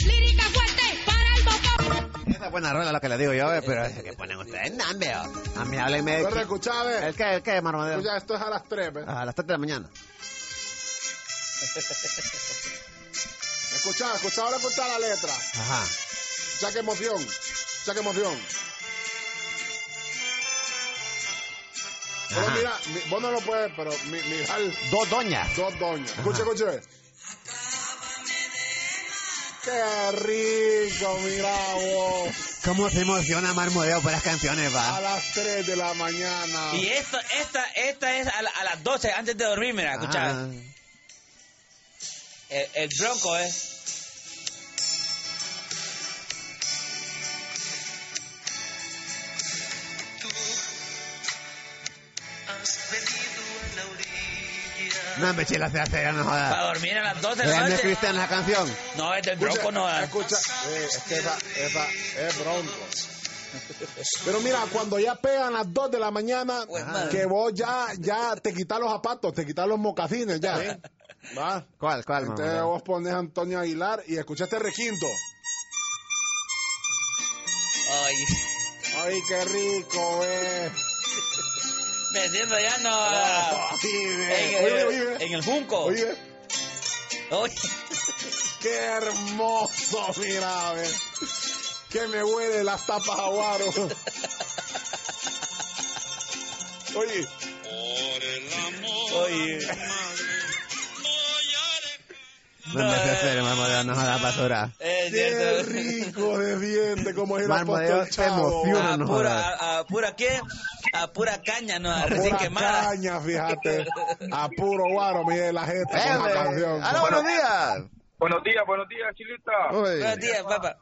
[SPEAKER 17] persigue. Lírica fuerte para el bocado.
[SPEAKER 1] Esa es buena rola lo que le digo yo, eh, pero es que ponen ustedes, no, hombre, oh. A mí háblenme de...
[SPEAKER 15] Corre, escuchá, ve.
[SPEAKER 1] ¿El qué, el qué, Marmadero?
[SPEAKER 15] Escucha, esto es a las 3, ¿ves?
[SPEAKER 1] A las 3 de la mañana.
[SPEAKER 15] Escucha, escucha, ahora escucha la letra.
[SPEAKER 1] Ajá.
[SPEAKER 15] Ya que emoción. Ya que emoción. Solo
[SPEAKER 1] Ajá.
[SPEAKER 15] mira, mi- vos no lo puedes, pero mi, mira el-
[SPEAKER 1] Dos doñas.
[SPEAKER 15] Dos doñas. Escuche, escuche. Qué rico, mira vos.
[SPEAKER 1] ¿Cómo se emociona Marmodeo por las canciones,
[SPEAKER 15] A
[SPEAKER 1] va?
[SPEAKER 15] las 3 de la mañana.
[SPEAKER 2] Y esta, esta, esta es a, la- a las 12 antes de dormir, mira, escucha.
[SPEAKER 1] Ah,
[SPEAKER 2] El, el bronco, ¿eh?
[SPEAKER 1] No, hombre, chila, se hace, ya no
[SPEAKER 15] Ah.
[SPEAKER 2] Para
[SPEAKER 1] jodas.
[SPEAKER 2] dormir a las 12 de la
[SPEAKER 1] Ya no es
[SPEAKER 2] noche.
[SPEAKER 1] cristiana la canción.
[SPEAKER 2] No, es del bronco, no. ah.
[SPEAKER 15] Escucha, eh, es que esa, esa es bronco. Pero mira, cuando ya pegan las 2 de la mañana,
[SPEAKER 2] Pues,
[SPEAKER 15] ah,
[SPEAKER 2] madre.
[SPEAKER 15] que vos ya, ya te quitas los zapatos, te quitas los mocasines, ya. ¿Va?
[SPEAKER 1] ¿Cuál, cuál,
[SPEAKER 15] Entonces
[SPEAKER 1] Marmodeo?
[SPEAKER 15] vos pones a Antonio Aguilar y escuchaste requinto.
[SPEAKER 2] Ay,
[SPEAKER 15] Ay, qué rico, eh.
[SPEAKER 2] me siento ya no. ah. en, el,
[SPEAKER 15] Oye, oye,
[SPEAKER 2] en el junco.
[SPEAKER 15] Oye,
[SPEAKER 2] Oye,
[SPEAKER 15] qué hermoso, mira, ve. Que me huele las tapas aguaro. Oye.
[SPEAKER 2] Oye.
[SPEAKER 1] No me hace hacer, Marmodeo, no jodas basura.
[SPEAKER 2] Eh,
[SPEAKER 15] Qué rico de diente, como es el
[SPEAKER 1] Marmodeo se emociona,
[SPEAKER 2] a,
[SPEAKER 1] no
[SPEAKER 2] pura,
[SPEAKER 1] jodas.
[SPEAKER 2] a, a pura qué? A pura caña, no, a recién
[SPEAKER 15] Pura
[SPEAKER 2] quemada.
[SPEAKER 15] caña, fíjate. A puro guaro, mire la gente con la canción.
[SPEAKER 1] ¡Aló, buenos días!
[SPEAKER 5] Buenos días, buenos días, Chilita.
[SPEAKER 15] Uy. Buenos
[SPEAKER 2] días, papá.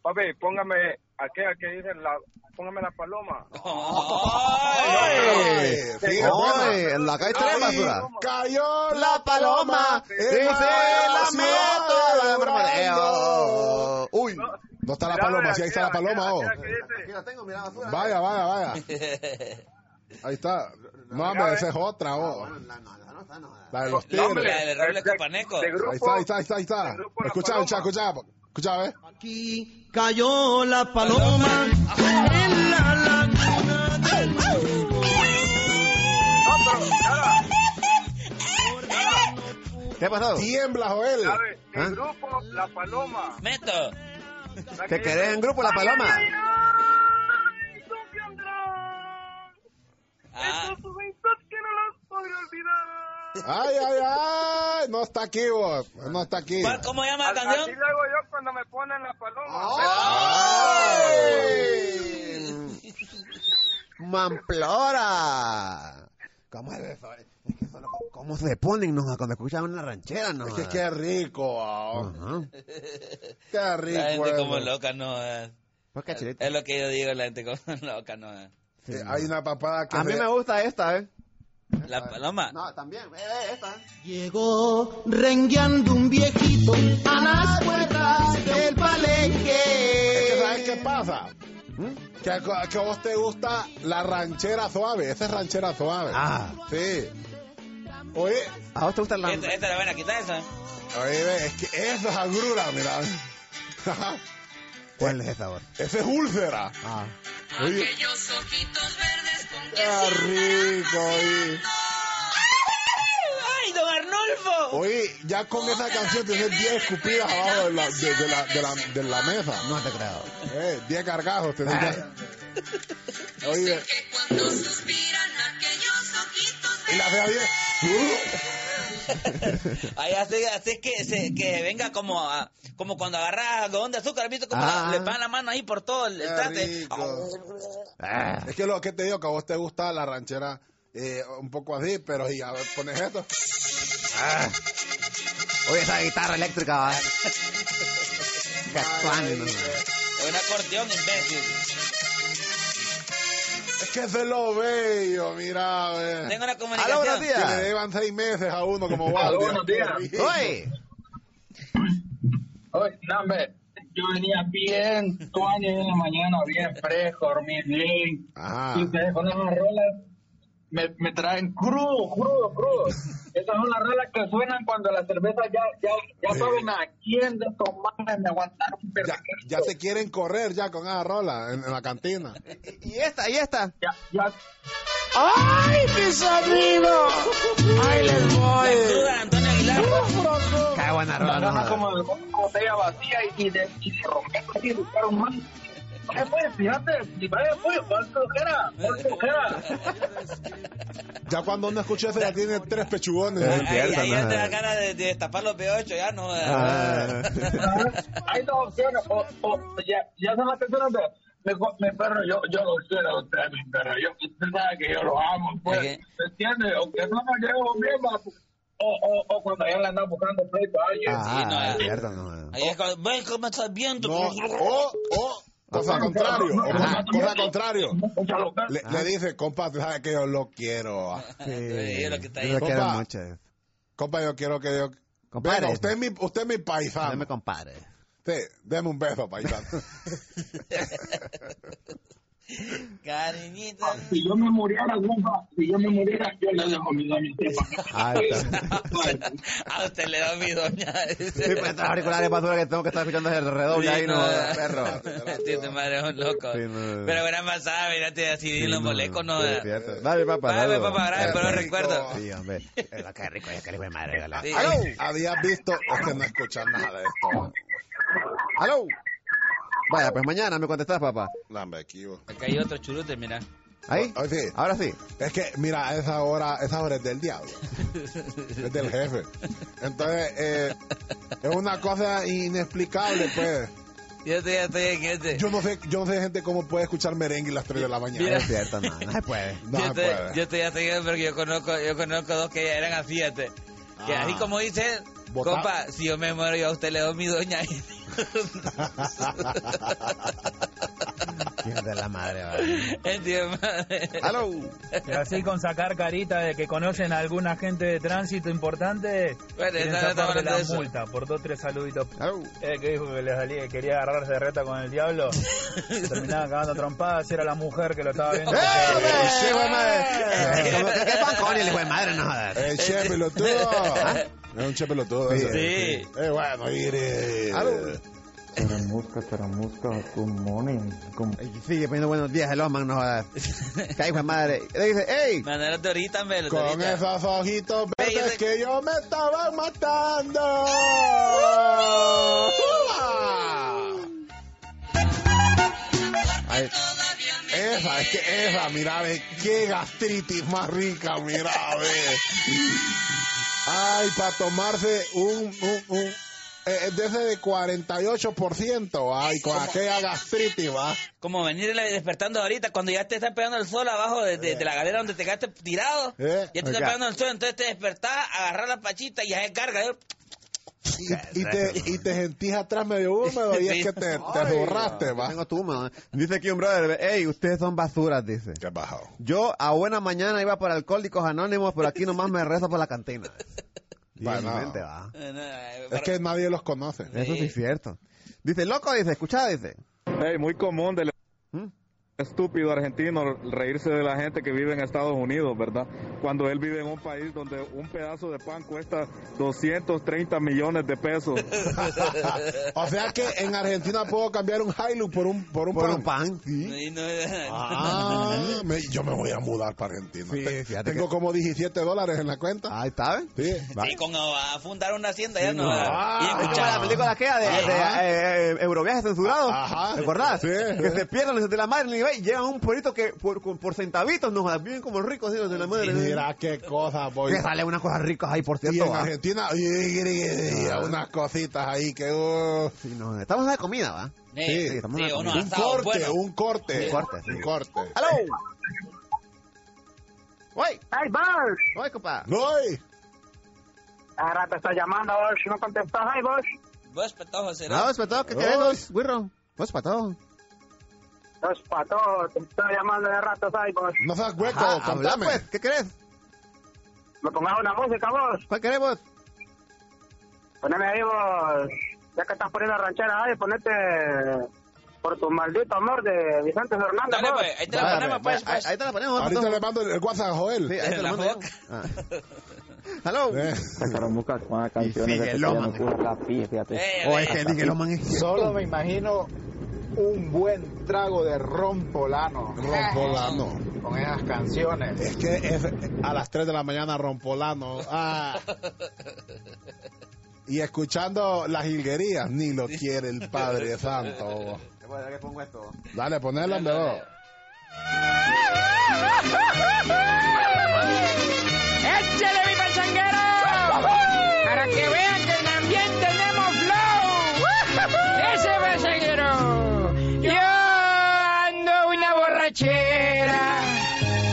[SPEAKER 5] Papi, póngame aquella que dice la... Póngame la paloma.
[SPEAKER 1] ¡Ay!
[SPEAKER 15] Sí,
[SPEAKER 1] ¡Ay!
[SPEAKER 15] es buena.
[SPEAKER 1] En la calle tres,
[SPEAKER 15] Ahí
[SPEAKER 1] basura.
[SPEAKER 15] Cayó
[SPEAKER 1] La paloma
[SPEAKER 15] en
[SPEAKER 1] dice la meta de
[SPEAKER 15] Marmadeo.
[SPEAKER 1] Marmadeo. Uy,
[SPEAKER 15] No está la
[SPEAKER 1] Mira,
[SPEAKER 15] paloma,
[SPEAKER 1] mira,
[SPEAKER 15] sí, ahí está la
[SPEAKER 1] mira,
[SPEAKER 15] paloma, oh.
[SPEAKER 1] mira,
[SPEAKER 5] Aquí
[SPEAKER 1] la tengo, mira, basura.
[SPEAKER 15] Vaya, vaya, vaya. Ahí está. No, hombre, esa es otra,
[SPEAKER 1] Ah,
[SPEAKER 15] oh. La de los
[SPEAKER 2] No, hombre,
[SPEAKER 15] tigres.
[SPEAKER 2] la de Robles Capaneco.
[SPEAKER 15] Ahí está, ahí está, ahí está, ahí está. Escucha, escucha, escucha. Escucha, ¿ves?
[SPEAKER 1] Aquí cayó la paloma en la laguna del ¿Qué pasó?
[SPEAKER 15] Tiembla, Joel.
[SPEAKER 5] ¿Eh?
[SPEAKER 1] ¿Ah?
[SPEAKER 5] Grupo La Paloma.
[SPEAKER 2] Meto.
[SPEAKER 1] ¿Te querés en grupo la paloma?
[SPEAKER 2] Ah,
[SPEAKER 5] Estos momentos que no los podré olvidar.
[SPEAKER 15] Ay, ay, ay. No está aquí, vos. No está aquí.
[SPEAKER 2] ¿Cómo llama la
[SPEAKER 5] Así
[SPEAKER 2] canción?
[SPEAKER 5] lo hago yo cuando me ponen la paloma.
[SPEAKER 1] Ah. Mamplora. ¿Cómo es eso? Es que solo- ¿Cómo se ponen no, cuando escuchan una ranchera? No,
[SPEAKER 15] Es que qué rico, oh.
[SPEAKER 1] Ajá.
[SPEAKER 15] Qué
[SPEAKER 2] La
[SPEAKER 15] rico.
[SPEAKER 2] gente
[SPEAKER 15] eh.
[SPEAKER 2] como loca, no. eh.
[SPEAKER 1] ¿Por Pues qué, Chilito?
[SPEAKER 2] Es lo que yo digo, la gente como loca, no. eh.
[SPEAKER 15] Eh, Hay una papada que
[SPEAKER 1] A mí
[SPEAKER 15] se-
[SPEAKER 1] me gusta esta, ¿eh?
[SPEAKER 2] La paloma.
[SPEAKER 1] No, también. Eh, eh, esta.
[SPEAKER 18] Llegó rengueando un viejito a las puertas del
[SPEAKER 15] Es que,
[SPEAKER 18] palenque.
[SPEAKER 15] ¿Sabes qué pasa?
[SPEAKER 1] ¿Mm?
[SPEAKER 15] Que, que a vos te gusta la ranchera suave. Esa es ranchera suave.
[SPEAKER 1] Ah.
[SPEAKER 15] Sí. Oye,
[SPEAKER 1] ¿A vos te gusta la
[SPEAKER 2] Esta, esta la van a quitar esa.
[SPEAKER 15] oye, ve, es que esa es agrura, mira.
[SPEAKER 1] ¿Cuál es esa, vos?
[SPEAKER 15] Esa es úlcera.
[SPEAKER 1] Ah.
[SPEAKER 15] Oye,
[SPEAKER 17] Aquellos ojitos verdes con que
[SPEAKER 15] qué rico, oye.
[SPEAKER 2] ¡Ay, don Arnulfo!
[SPEAKER 15] Oye, ya con esa canción tenés 10 escupidas abajo de la, de, de la, de la, de la mesa.
[SPEAKER 1] No te creo.
[SPEAKER 15] Eh, 10 cargajos tenés ya. Oye,
[SPEAKER 17] cuando suspiran aquellos ojitos
[SPEAKER 15] y la fea viene.
[SPEAKER 2] Ahí hace, hace que, se, que venga como a- como cuando agarras algodón de azúcar, ¿viste? Como
[SPEAKER 1] Ah.
[SPEAKER 2] la- le pagan la mano ahí por todo el, Oh, el
[SPEAKER 15] "Uh, Qué
[SPEAKER 2] trate.
[SPEAKER 15] rico.
[SPEAKER 1] Ah.
[SPEAKER 15] Es que lo que te digo, que a vos te gusta la ranchera eh, un poco así, pero si ya pones esto.
[SPEAKER 1] Ah. Oye, esa guitarra eléctrica, va. Qué suave, no, no.
[SPEAKER 2] Es un acordeón, imbécil.
[SPEAKER 15] Es que se lo bello, mira, ve.
[SPEAKER 2] Tengo una
[SPEAKER 15] Ah. Aló,
[SPEAKER 2] comunicación.
[SPEAKER 15] buenos días. Que le deban seis meses a uno como
[SPEAKER 2] Aló,
[SPEAKER 15] Waldo.
[SPEAKER 2] buenos días.
[SPEAKER 15] ¡Oye!
[SPEAKER 5] Oye, no, hombre, yo venía bien, tu año en la mañana, bien fresco, dormí bien.
[SPEAKER 1] Ah.
[SPEAKER 15] Ah.
[SPEAKER 5] Y ustedes con esas rolas me, me traen crudo, crudo, crudo. Esas son las rolas que suenan cuando la cerveza ya, ya, ya saben a quién de tomar, me aguantaron.
[SPEAKER 15] Ya, ya te quieren correr ya con esa rola en, en la cantina.
[SPEAKER 1] Y esta, y esta.
[SPEAKER 5] Ya, ya.
[SPEAKER 19] ¡Ay, mis amigos! ¡Ay, les voy!
[SPEAKER 2] Antonio Aguilar.
[SPEAKER 1] Qué buena rola, no
[SPEAKER 5] Banana
[SPEAKER 1] Ah, jodas.
[SPEAKER 5] como de una botella vacía y de, y de romper y de buscar un man. Vaya pues, fíjate, y vaya pues, cuál flojera, cuál flojera.
[SPEAKER 15] Ya cuando uno escucha eso ya tiene tres pechugones.
[SPEAKER 2] Ahí, ahí ya te da ganas de, de destapar los B8, ya no. eh.
[SPEAKER 5] Hay dos opciones, o, o Oh, ya, ya son las personas de, me, co- mi perro, yo, yo lo quiero a usted, mi perro, yo, usted sabe que yo lo amo, pues, ¿me entiende? Aunque no me llevo bien, va, pues. o, o, o oh, cuando ya le andan buscando pleito a alguien.
[SPEAKER 1] Ah,
[SPEAKER 5] Sí, no,
[SPEAKER 1] es
[SPEAKER 5] eh.
[SPEAKER 1] cierto, no.
[SPEAKER 2] Ahí es cuando, ven cómo estás viendo.
[SPEAKER 15] o, o, cosa contrario, o cosa, cosa contrario. Le, le dice, compa, tú sabes que yo lo quiero.
[SPEAKER 1] Sí, yo lo que está ahí. Yo lo
[SPEAKER 15] Compa,
[SPEAKER 1] quiero mucho.
[SPEAKER 15] Compa, yo quiero que yo...
[SPEAKER 1] Compadre.
[SPEAKER 15] Venga, usted es mi, usted es mi paisano.
[SPEAKER 1] No me compare.
[SPEAKER 15] Sí, deme un beso, paisano.
[SPEAKER 5] Cariñito. Si yo me muriera, compa, si yo me muriera, yo le dejo mi a mi
[SPEAKER 1] Ah, está.
[SPEAKER 2] A usted le da mi doña.
[SPEAKER 1] Sí, pues estos auriculares basura que tengo que estar escuchando es el redoble ahí, no, eh.
[SPEAKER 2] Sí,
[SPEAKER 1] perro.
[SPEAKER 2] Sí, tu madre es un loco.
[SPEAKER 1] Sí, no.
[SPEAKER 2] Pero buena pasada, mirate así en los molecos, no. eh.
[SPEAKER 1] Sí, es cierto. Dale, papá.
[SPEAKER 2] Dale,
[SPEAKER 1] saludos.
[SPEAKER 2] papá, gracias por los
[SPEAKER 1] Qué rico.
[SPEAKER 2] recuerdos.
[SPEAKER 1] Sí, hombre. Eh, Qué rico, qué rico, madre. la-
[SPEAKER 15] Sí. Habías visto, es que no escuchas nada de esto. ¡Aló!
[SPEAKER 1] Vaya, pues mañana me contestás, papá.
[SPEAKER 15] No, me equivoco.
[SPEAKER 2] Acá hay otro churute, mira.
[SPEAKER 1] ¿Ahí? Ahora sí.
[SPEAKER 15] Oh, Es que, mira, a esa hora, esa hora es del diablo. es del jefe. Entonces, eh, es una cosa inexplicable, pues.
[SPEAKER 2] Yo estoy, estoy en este.
[SPEAKER 15] Yo no sé, yo no sé gente cómo puede escuchar merengue a las 3 de la mañana.
[SPEAKER 2] Mira.
[SPEAKER 1] Es cierto, no, no se puede.
[SPEAKER 15] No
[SPEAKER 2] yo,
[SPEAKER 15] se
[SPEAKER 2] estoy,
[SPEAKER 15] puede.
[SPEAKER 2] yo estoy hasta ahí porque yo conozco, yo conozco dos que eran así, este. Que
[SPEAKER 15] Ah.
[SPEAKER 2] así como dice,
[SPEAKER 15] Bota-
[SPEAKER 2] compa, si yo me muero, yo a usted le doy mi doña.
[SPEAKER 1] Hijo de la madre, vale.
[SPEAKER 2] Este, Hello.
[SPEAKER 15] Eh,
[SPEAKER 14] Y así con sacar carita de que conocen a algún agente de tránsito importante,
[SPEAKER 2] Bueno,
[SPEAKER 14] quieren
[SPEAKER 2] esa no está
[SPEAKER 14] zafarse
[SPEAKER 2] hablando
[SPEAKER 14] la
[SPEAKER 2] de eso.
[SPEAKER 14] multa por dos, tres saluditos. Eh, que dijo que le salía, que quería agarrarse de reta con el diablo. Se Terminaba cagando trompadas, y era la mujer que lo estaba
[SPEAKER 1] ¡Eh,
[SPEAKER 14] viendo.
[SPEAKER 1] Sí, güey, madre. Como que es pancón y el hijo de madre, no jodas. ¿Ah?
[SPEAKER 15] ¡Eh, che, pelotudo!
[SPEAKER 2] eh,
[SPEAKER 15] Es un che pelotudo
[SPEAKER 1] Sí.
[SPEAKER 15] ese.
[SPEAKER 1] Sí.
[SPEAKER 15] Eh, bueno, mire.
[SPEAKER 1] Aló.
[SPEAKER 20] Charamusca, charamusca, good morning. Good-
[SPEAKER 1] Y Sigue poniendo buenos días el hombre, no jodas. Cae, hijo de madre. Y le dice, ¡ey!
[SPEAKER 2] Manera de ahorita, me lo de
[SPEAKER 15] Con
[SPEAKER 2] ahorita.
[SPEAKER 15] esos ojitos verdes que yo me estaba matando. Ay, Esa, es que esa, mira, ve, qué gastritis más rica, mira, ve. Ay, para tomarse un, un, un eh, eh, de ese de 48%, ay, con aquella gastritis, va.
[SPEAKER 2] Como venirle despertando ahorita, cuando ya te está pegando el sol abajo de, de- de la galera donde te quedaste tirado,
[SPEAKER 15] Eh,
[SPEAKER 2] ya te está
[SPEAKER 15] acá.
[SPEAKER 2] pegando el sol, entonces te despertás, agarrás la pachita y ya se carga. ¿eh?
[SPEAKER 15] Y, y te, y te sentís atrás medio húmedo y es que te, te borraste, va.
[SPEAKER 1] Tengo tu madre. Dice aquí un brother, hey, ustedes son basuras, dice.
[SPEAKER 15] Qué bajado.
[SPEAKER 1] Yo a buena mañana iba por Alcohólicos Anónimos, pero aquí nomás me rezo por la cantina.
[SPEAKER 15] Bueno.
[SPEAKER 1] Divinamente, va.
[SPEAKER 2] "Eh,
[SPEAKER 15] Es que nadie los conoce.
[SPEAKER 1] Eso sí es cierto. Dice, loco, dice, escuchá, dice.
[SPEAKER 3] Ey, muy común del
[SPEAKER 1] ¿Mm?
[SPEAKER 3] estúpido argentino reírse de la gente que vive en Estados Unidos, ¿verdad? Cuando él vive en un país donde un pedazo de pan cuesta 230 millones de pesos.
[SPEAKER 15] o sea que en Argentina puedo cambiar un Hilux por un por un pan.
[SPEAKER 2] Y no- eh,
[SPEAKER 15] Ah, me- yo me voy a mudar para Argentina. Te-
[SPEAKER 1] fíjate
[SPEAKER 15] Tengo como 17 dólares en la cuenta.
[SPEAKER 1] Ahí está, ¿ves?
[SPEAKER 15] Sí.
[SPEAKER 2] Sí, con a a fundar una hacienda ya no.
[SPEAKER 15] no.
[SPEAKER 2] Y
[SPEAKER 1] Ah,
[SPEAKER 2] escuchá-
[SPEAKER 1] como la película aquella de, de,
[SPEAKER 15] Ajá.
[SPEAKER 1] eh, eh, Euroviaje censurado.
[SPEAKER 15] Ajá.
[SPEAKER 1] ¿Te acordás?
[SPEAKER 15] Sí.
[SPEAKER 1] Que se pierden los de la madre y llegan a un pueblito que por, con- por centavitos nos viven como ricos ¿sí? los de la madre.
[SPEAKER 15] Mira qué cosa, voy.
[SPEAKER 1] Que sale unas cosas ricas ahí, por
[SPEAKER 15] Y
[SPEAKER 1] cierto.
[SPEAKER 15] en
[SPEAKER 1] ¿va?
[SPEAKER 15] Argentina, y- y- y- y-
[SPEAKER 1] Ah.
[SPEAKER 15] unas cositas ahí que. uh,
[SPEAKER 1] Sí, no, estamos en la comida, ¿va?
[SPEAKER 2] Sí,
[SPEAKER 1] estamos
[SPEAKER 2] Eh, sí,
[SPEAKER 1] en la
[SPEAKER 2] uno
[SPEAKER 15] un,
[SPEAKER 1] comida.
[SPEAKER 15] corte, un corte,
[SPEAKER 1] Un corte, sí.
[SPEAKER 15] un corte.
[SPEAKER 1] ¡Aló! ¡Uy!
[SPEAKER 7] ¡Ay, Bosch!
[SPEAKER 1] ¡Uy, compa!
[SPEAKER 15] ¡Uy!
[SPEAKER 7] A rato está llamando, Bosch. No contestas. ¡Ay, Bosch!
[SPEAKER 2] Vos, petojo, será.
[SPEAKER 1] No, es para todo, ¿qué
[SPEAKER 7] Uy.
[SPEAKER 15] Ah,
[SPEAKER 1] queremos, Wirro? Vos para todo.
[SPEAKER 7] Sos patojo, te estoy llamando de rato, Cyborg.
[SPEAKER 15] No seas hueco,
[SPEAKER 7] Ajá,
[SPEAKER 1] habla,
[SPEAKER 15] cantame.
[SPEAKER 1] pues, ¿qué crees?
[SPEAKER 7] Me pongas una música, vos.
[SPEAKER 1] ¿Cuál queremos?
[SPEAKER 7] Poneme ahí, vos. Ya que estás poniendo ranchera ahí, ponete... Por tu maldito amor de Vicente Fernández, vos.
[SPEAKER 15] Vaya,
[SPEAKER 1] pues,
[SPEAKER 15] vaya,
[SPEAKER 1] pues. ahí- ahí te la ponemos,
[SPEAKER 15] Ahorita
[SPEAKER 1] pues.
[SPEAKER 15] le mando el WhatsApp a Joel. Eh,
[SPEAKER 1] Sí, ahí te lo mando yo. Ah. Hello.
[SPEAKER 6] Sacaron busca con una canción
[SPEAKER 1] sigue
[SPEAKER 6] esa que se
[SPEAKER 1] Loman.
[SPEAKER 6] llama Pura Pi, fíjate.
[SPEAKER 2] Eh,
[SPEAKER 1] O es que dije, lo man es
[SPEAKER 21] Solo me imagino un buen trago de ron polano.
[SPEAKER 15] Rompolano.
[SPEAKER 21] Con esas canciones.
[SPEAKER 15] Es que es a las 3 de la mañana Rompolano. Ah. Y escuchando las jilguerías, ni lo quiere el Padre Santo.
[SPEAKER 1] Te voy a dejar que pongo esto.
[SPEAKER 15] Dale, ponelo, hombre. vos.
[SPEAKER 5] ¡Échale mi pachanguero! Para que vean que también tenemos flow. ¡Ese pachanguero! Yo ando una borrachera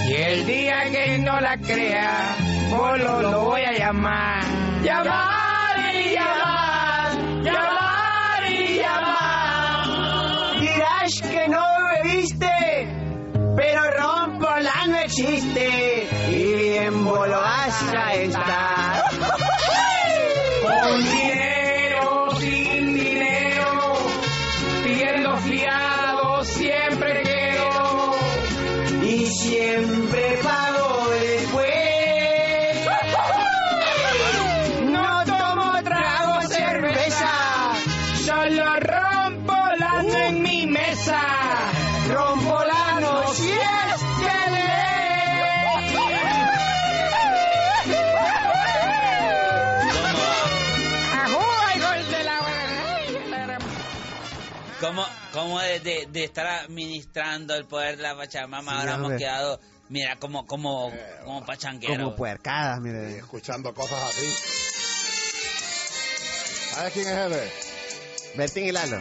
[SPEAKER 5] y el día que no la crea, Polo lo voy a llamar. Llamar y llamar, llamar y llamar. Dirás que no bebiste, pero ron polar no existe y en Boloasa está. Con dinero, sin dinero, pidiendo fiado siempre quedo y siempre pago después. No tomo trago cerveza, solo rompolano en mi mesa. Rompolano si es de ley. Ajú, ay, gol de la
[SPEAKER 2] ¿Cómo, cómo de, de- de estar administrando el poder de la Pachamama
[SPEAKER 1] Sí,
[SPEAKER 2] ahora hemos
[SPEAKER 1] hombre.
[SPEAKER 2] quedado, mira, como, como, como pachanguero?
[SPEAKER 1] Como puercadas, mire.
[SPEAKER 15] Escuchando cosas así. ¿Sabes quién es ese?
[SPEAKER 1] Bertín y Lalo.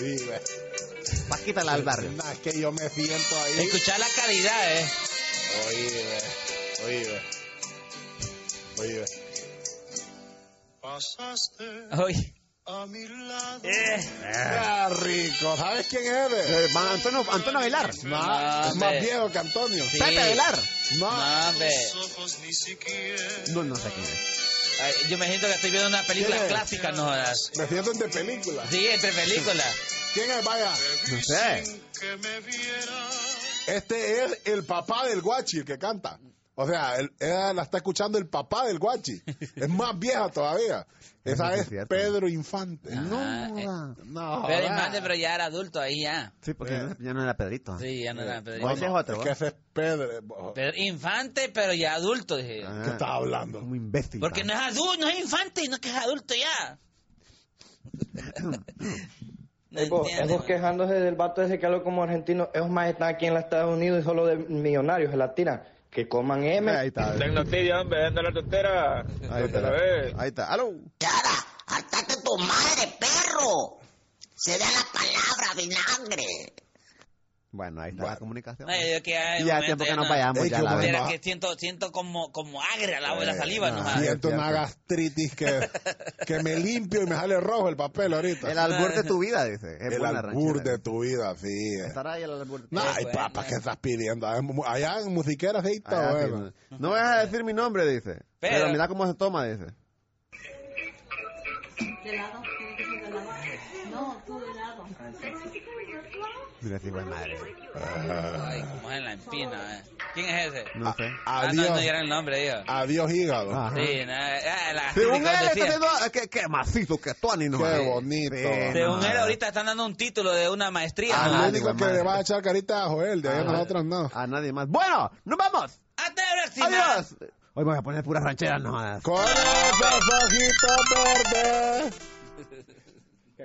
[SPEAKER 15] Uy, ve.
[SPEAKER 1] Paquítala al barrio.
[SPEAKER 15] Nah, es que yo me siento ahí.
[SPEAKER 2] Escuchar la calidad, eh.
[SPEAKER 15] Oye, ve. Oye, ve. Oye, ve.
[SPEAKER 2] Oye.
[SPEAKER 15] Qué rico. ¿Sabes quién es ese?
[SPEAKER 1] Eh, ma- Antonio, Antonio
[SPEAKER 2] Ah,
[SPEAKER 15] Nah,
[SPEAKER 1] Aguilar.
[SPEAKER 15] es Ah, más
[SPEAKER 1] hombre.
[SPEAKER 15] viejo que Antonio.
[SPEAKER 1] Pepe Aguilar.
[SPEAKER 2] No, hombre.
[SPEAKER 1] No, no sé quién es.
[SPEAKER 2] Ay, yo me siento que estoy viendo una película
[SPEAKER 15] ¿Quién es?
[SPEAKER 2] clásica, no jodas.
[SPEAKER 15] Me siento entre películas.
[SPEAKER 2] Sí, entre películas.
[SPEAKER 15] ¿Quién es? Vaya.
[SPEAKER 1] No sé.
[SPEAKER 15] Este es el papá del guachi, el que canta. O sea, él- ella la está escuchando el papá del guachi. Es más vieja todavía. Esa
[SPEAKER 1] Eso
[SPEAKER 15] es,
[SPEAKER 1] es cierto.
[SPEAKER 15] Pedro Infante.
[SPEAKER 2] Ah, eh, Pero
[SPEAKER 15] no, jodas.
[SPEAKER 2] imagínate, pero ya era adulto ahí ya.
[SPEAKER 1] Sí, porque ya no- ya no era Pedrito.
[SPEAKER 2] Eh, Sí, ya no era Pedrito.
[SPEAKER 1] No, ese es otro.
[SPEAKER 15] Es que
[SPEAKER 1] ¿eh?
[SPEAKER 15] ese es Pedro. bo-
[SPEAKER 2] Pero infante, pero ya adulto, dije. yo.
[SPEAKER 15] ¿Qué estás hablando?
[SPEAKER 1] Ah. Muy imbécil.
[SPEAKER 2] Porque no es adulto, no es infante, no es que es adulto ya.
[SPEAKER 22] Esos esos quejándose del vato ese que habla como argentino, esos más están aquí en los Estados Unidos y solo de millonarios se la tiran. Que coman M.
[SPEAKER 1] Ahí está.
[SPEAKER 21] Ten noticias, hombre, anda la tontera.
[SPEAKER 1] Ahí está. Ahí está. ¡Aló!
[SPEAKER 23] ¡Ataque tu madre, perro! Se da la palabra, vinagre.
[SPEAKER 1] Bueno, ahí está la comunicación.
[SPEAKER 2] Ay, yo que ya de
[SPEAKER 1] Y ya
[SPEAKER 2] momento
[SPEAKER 1] tiempo que
[SPEAKER 2] ya
[SPEAKER 1] nos
[SPEAKER 2] no-
[SPEAKER 1] vayamos, Ey, ya qué la bueno.
[SPEAKER 2] Mira, que siento, siento como, como agria la,
[SPEAKER 1] Eh,
[SPEAKER 2] la saliva, no más.
[SPEAKER 15] Ah, Siento una gastritis que, que me limpio y me sale rojo el papel ahorita.
[SPEAKER 1] El albur de tu vida, dice. Es
[SPEAKER 15] el
[SPEAKER 1] buena
[SPEAKER 15] albur
[SPEAKER 1] ranchera.
[SPEAKER 15] de tu vida, sí.
[SPEAKER 1] Estará ahí el albur de tu
[SPEAKER 15] No,
[SPEAKER 1] vida.
[SPEAKER 15] ay, papá, ¿qué estás pidiendo? Allá en- Allá en Musiquera sí está
[SPEAKER 1] Allá Ah, sí,
[SPEAKER 15] bueno.
[SPEAKER 1] no. No vas a decir mi nombre, dice. Pero, mira cómo se toma, dice.
[SPEAKER 24] No, tú de lado.
[SPEAKER 1] Mira, sí, buena madre.
[SPEAKER 2] Ay, como es en la empina, eh. ¿Quién es ese?
[SPEAKER 1] No sé.
[SPEAKER 2] Ah, no, no era el nombre, digo.
[SPEAKER 15] Adiós, hígado.
[SPEAKER 2] Sí, no, ah, la-
[SPEAKER 1] Según él,
[SPEAKER 2] como
[SPEAKER 1] está
[SPEAKER 2] decía.
[SPEAKER 1] haciendo. ah, Qué, qué macizo que tú, Ani, no
[SPEAKER 15] Qué
[SPEAKER 1] Sí.
[SPEAKER 15] bonito.
[SPEAKER 1] Sí,
[SPEAKER 2] Según
[SPEAKER 1] no.
[SPEAKER 2] él, ahorita están dando un título de una maestría.
[SPEAKER 1] Ah,
[SPEAKER 15] Al
[SPEAKER 2] ¿no?
[SPEAKER 15] único que le va a echar carita a Joel, de ahí a
[SPEAKER 1] Ajá.
[SPEAKER 15] nosotros no.
[SPEAKER 1] A nadie más. Bueno, nos vamos.
[SPEAKER 2] Hasta la próxima.
[SPEAKER 1] Adiós. Hoy me voy a poner puras rancheras nomás.
[SPEAKER 15] Con esos ojitos verdes.
[SPEAKER 1] Qué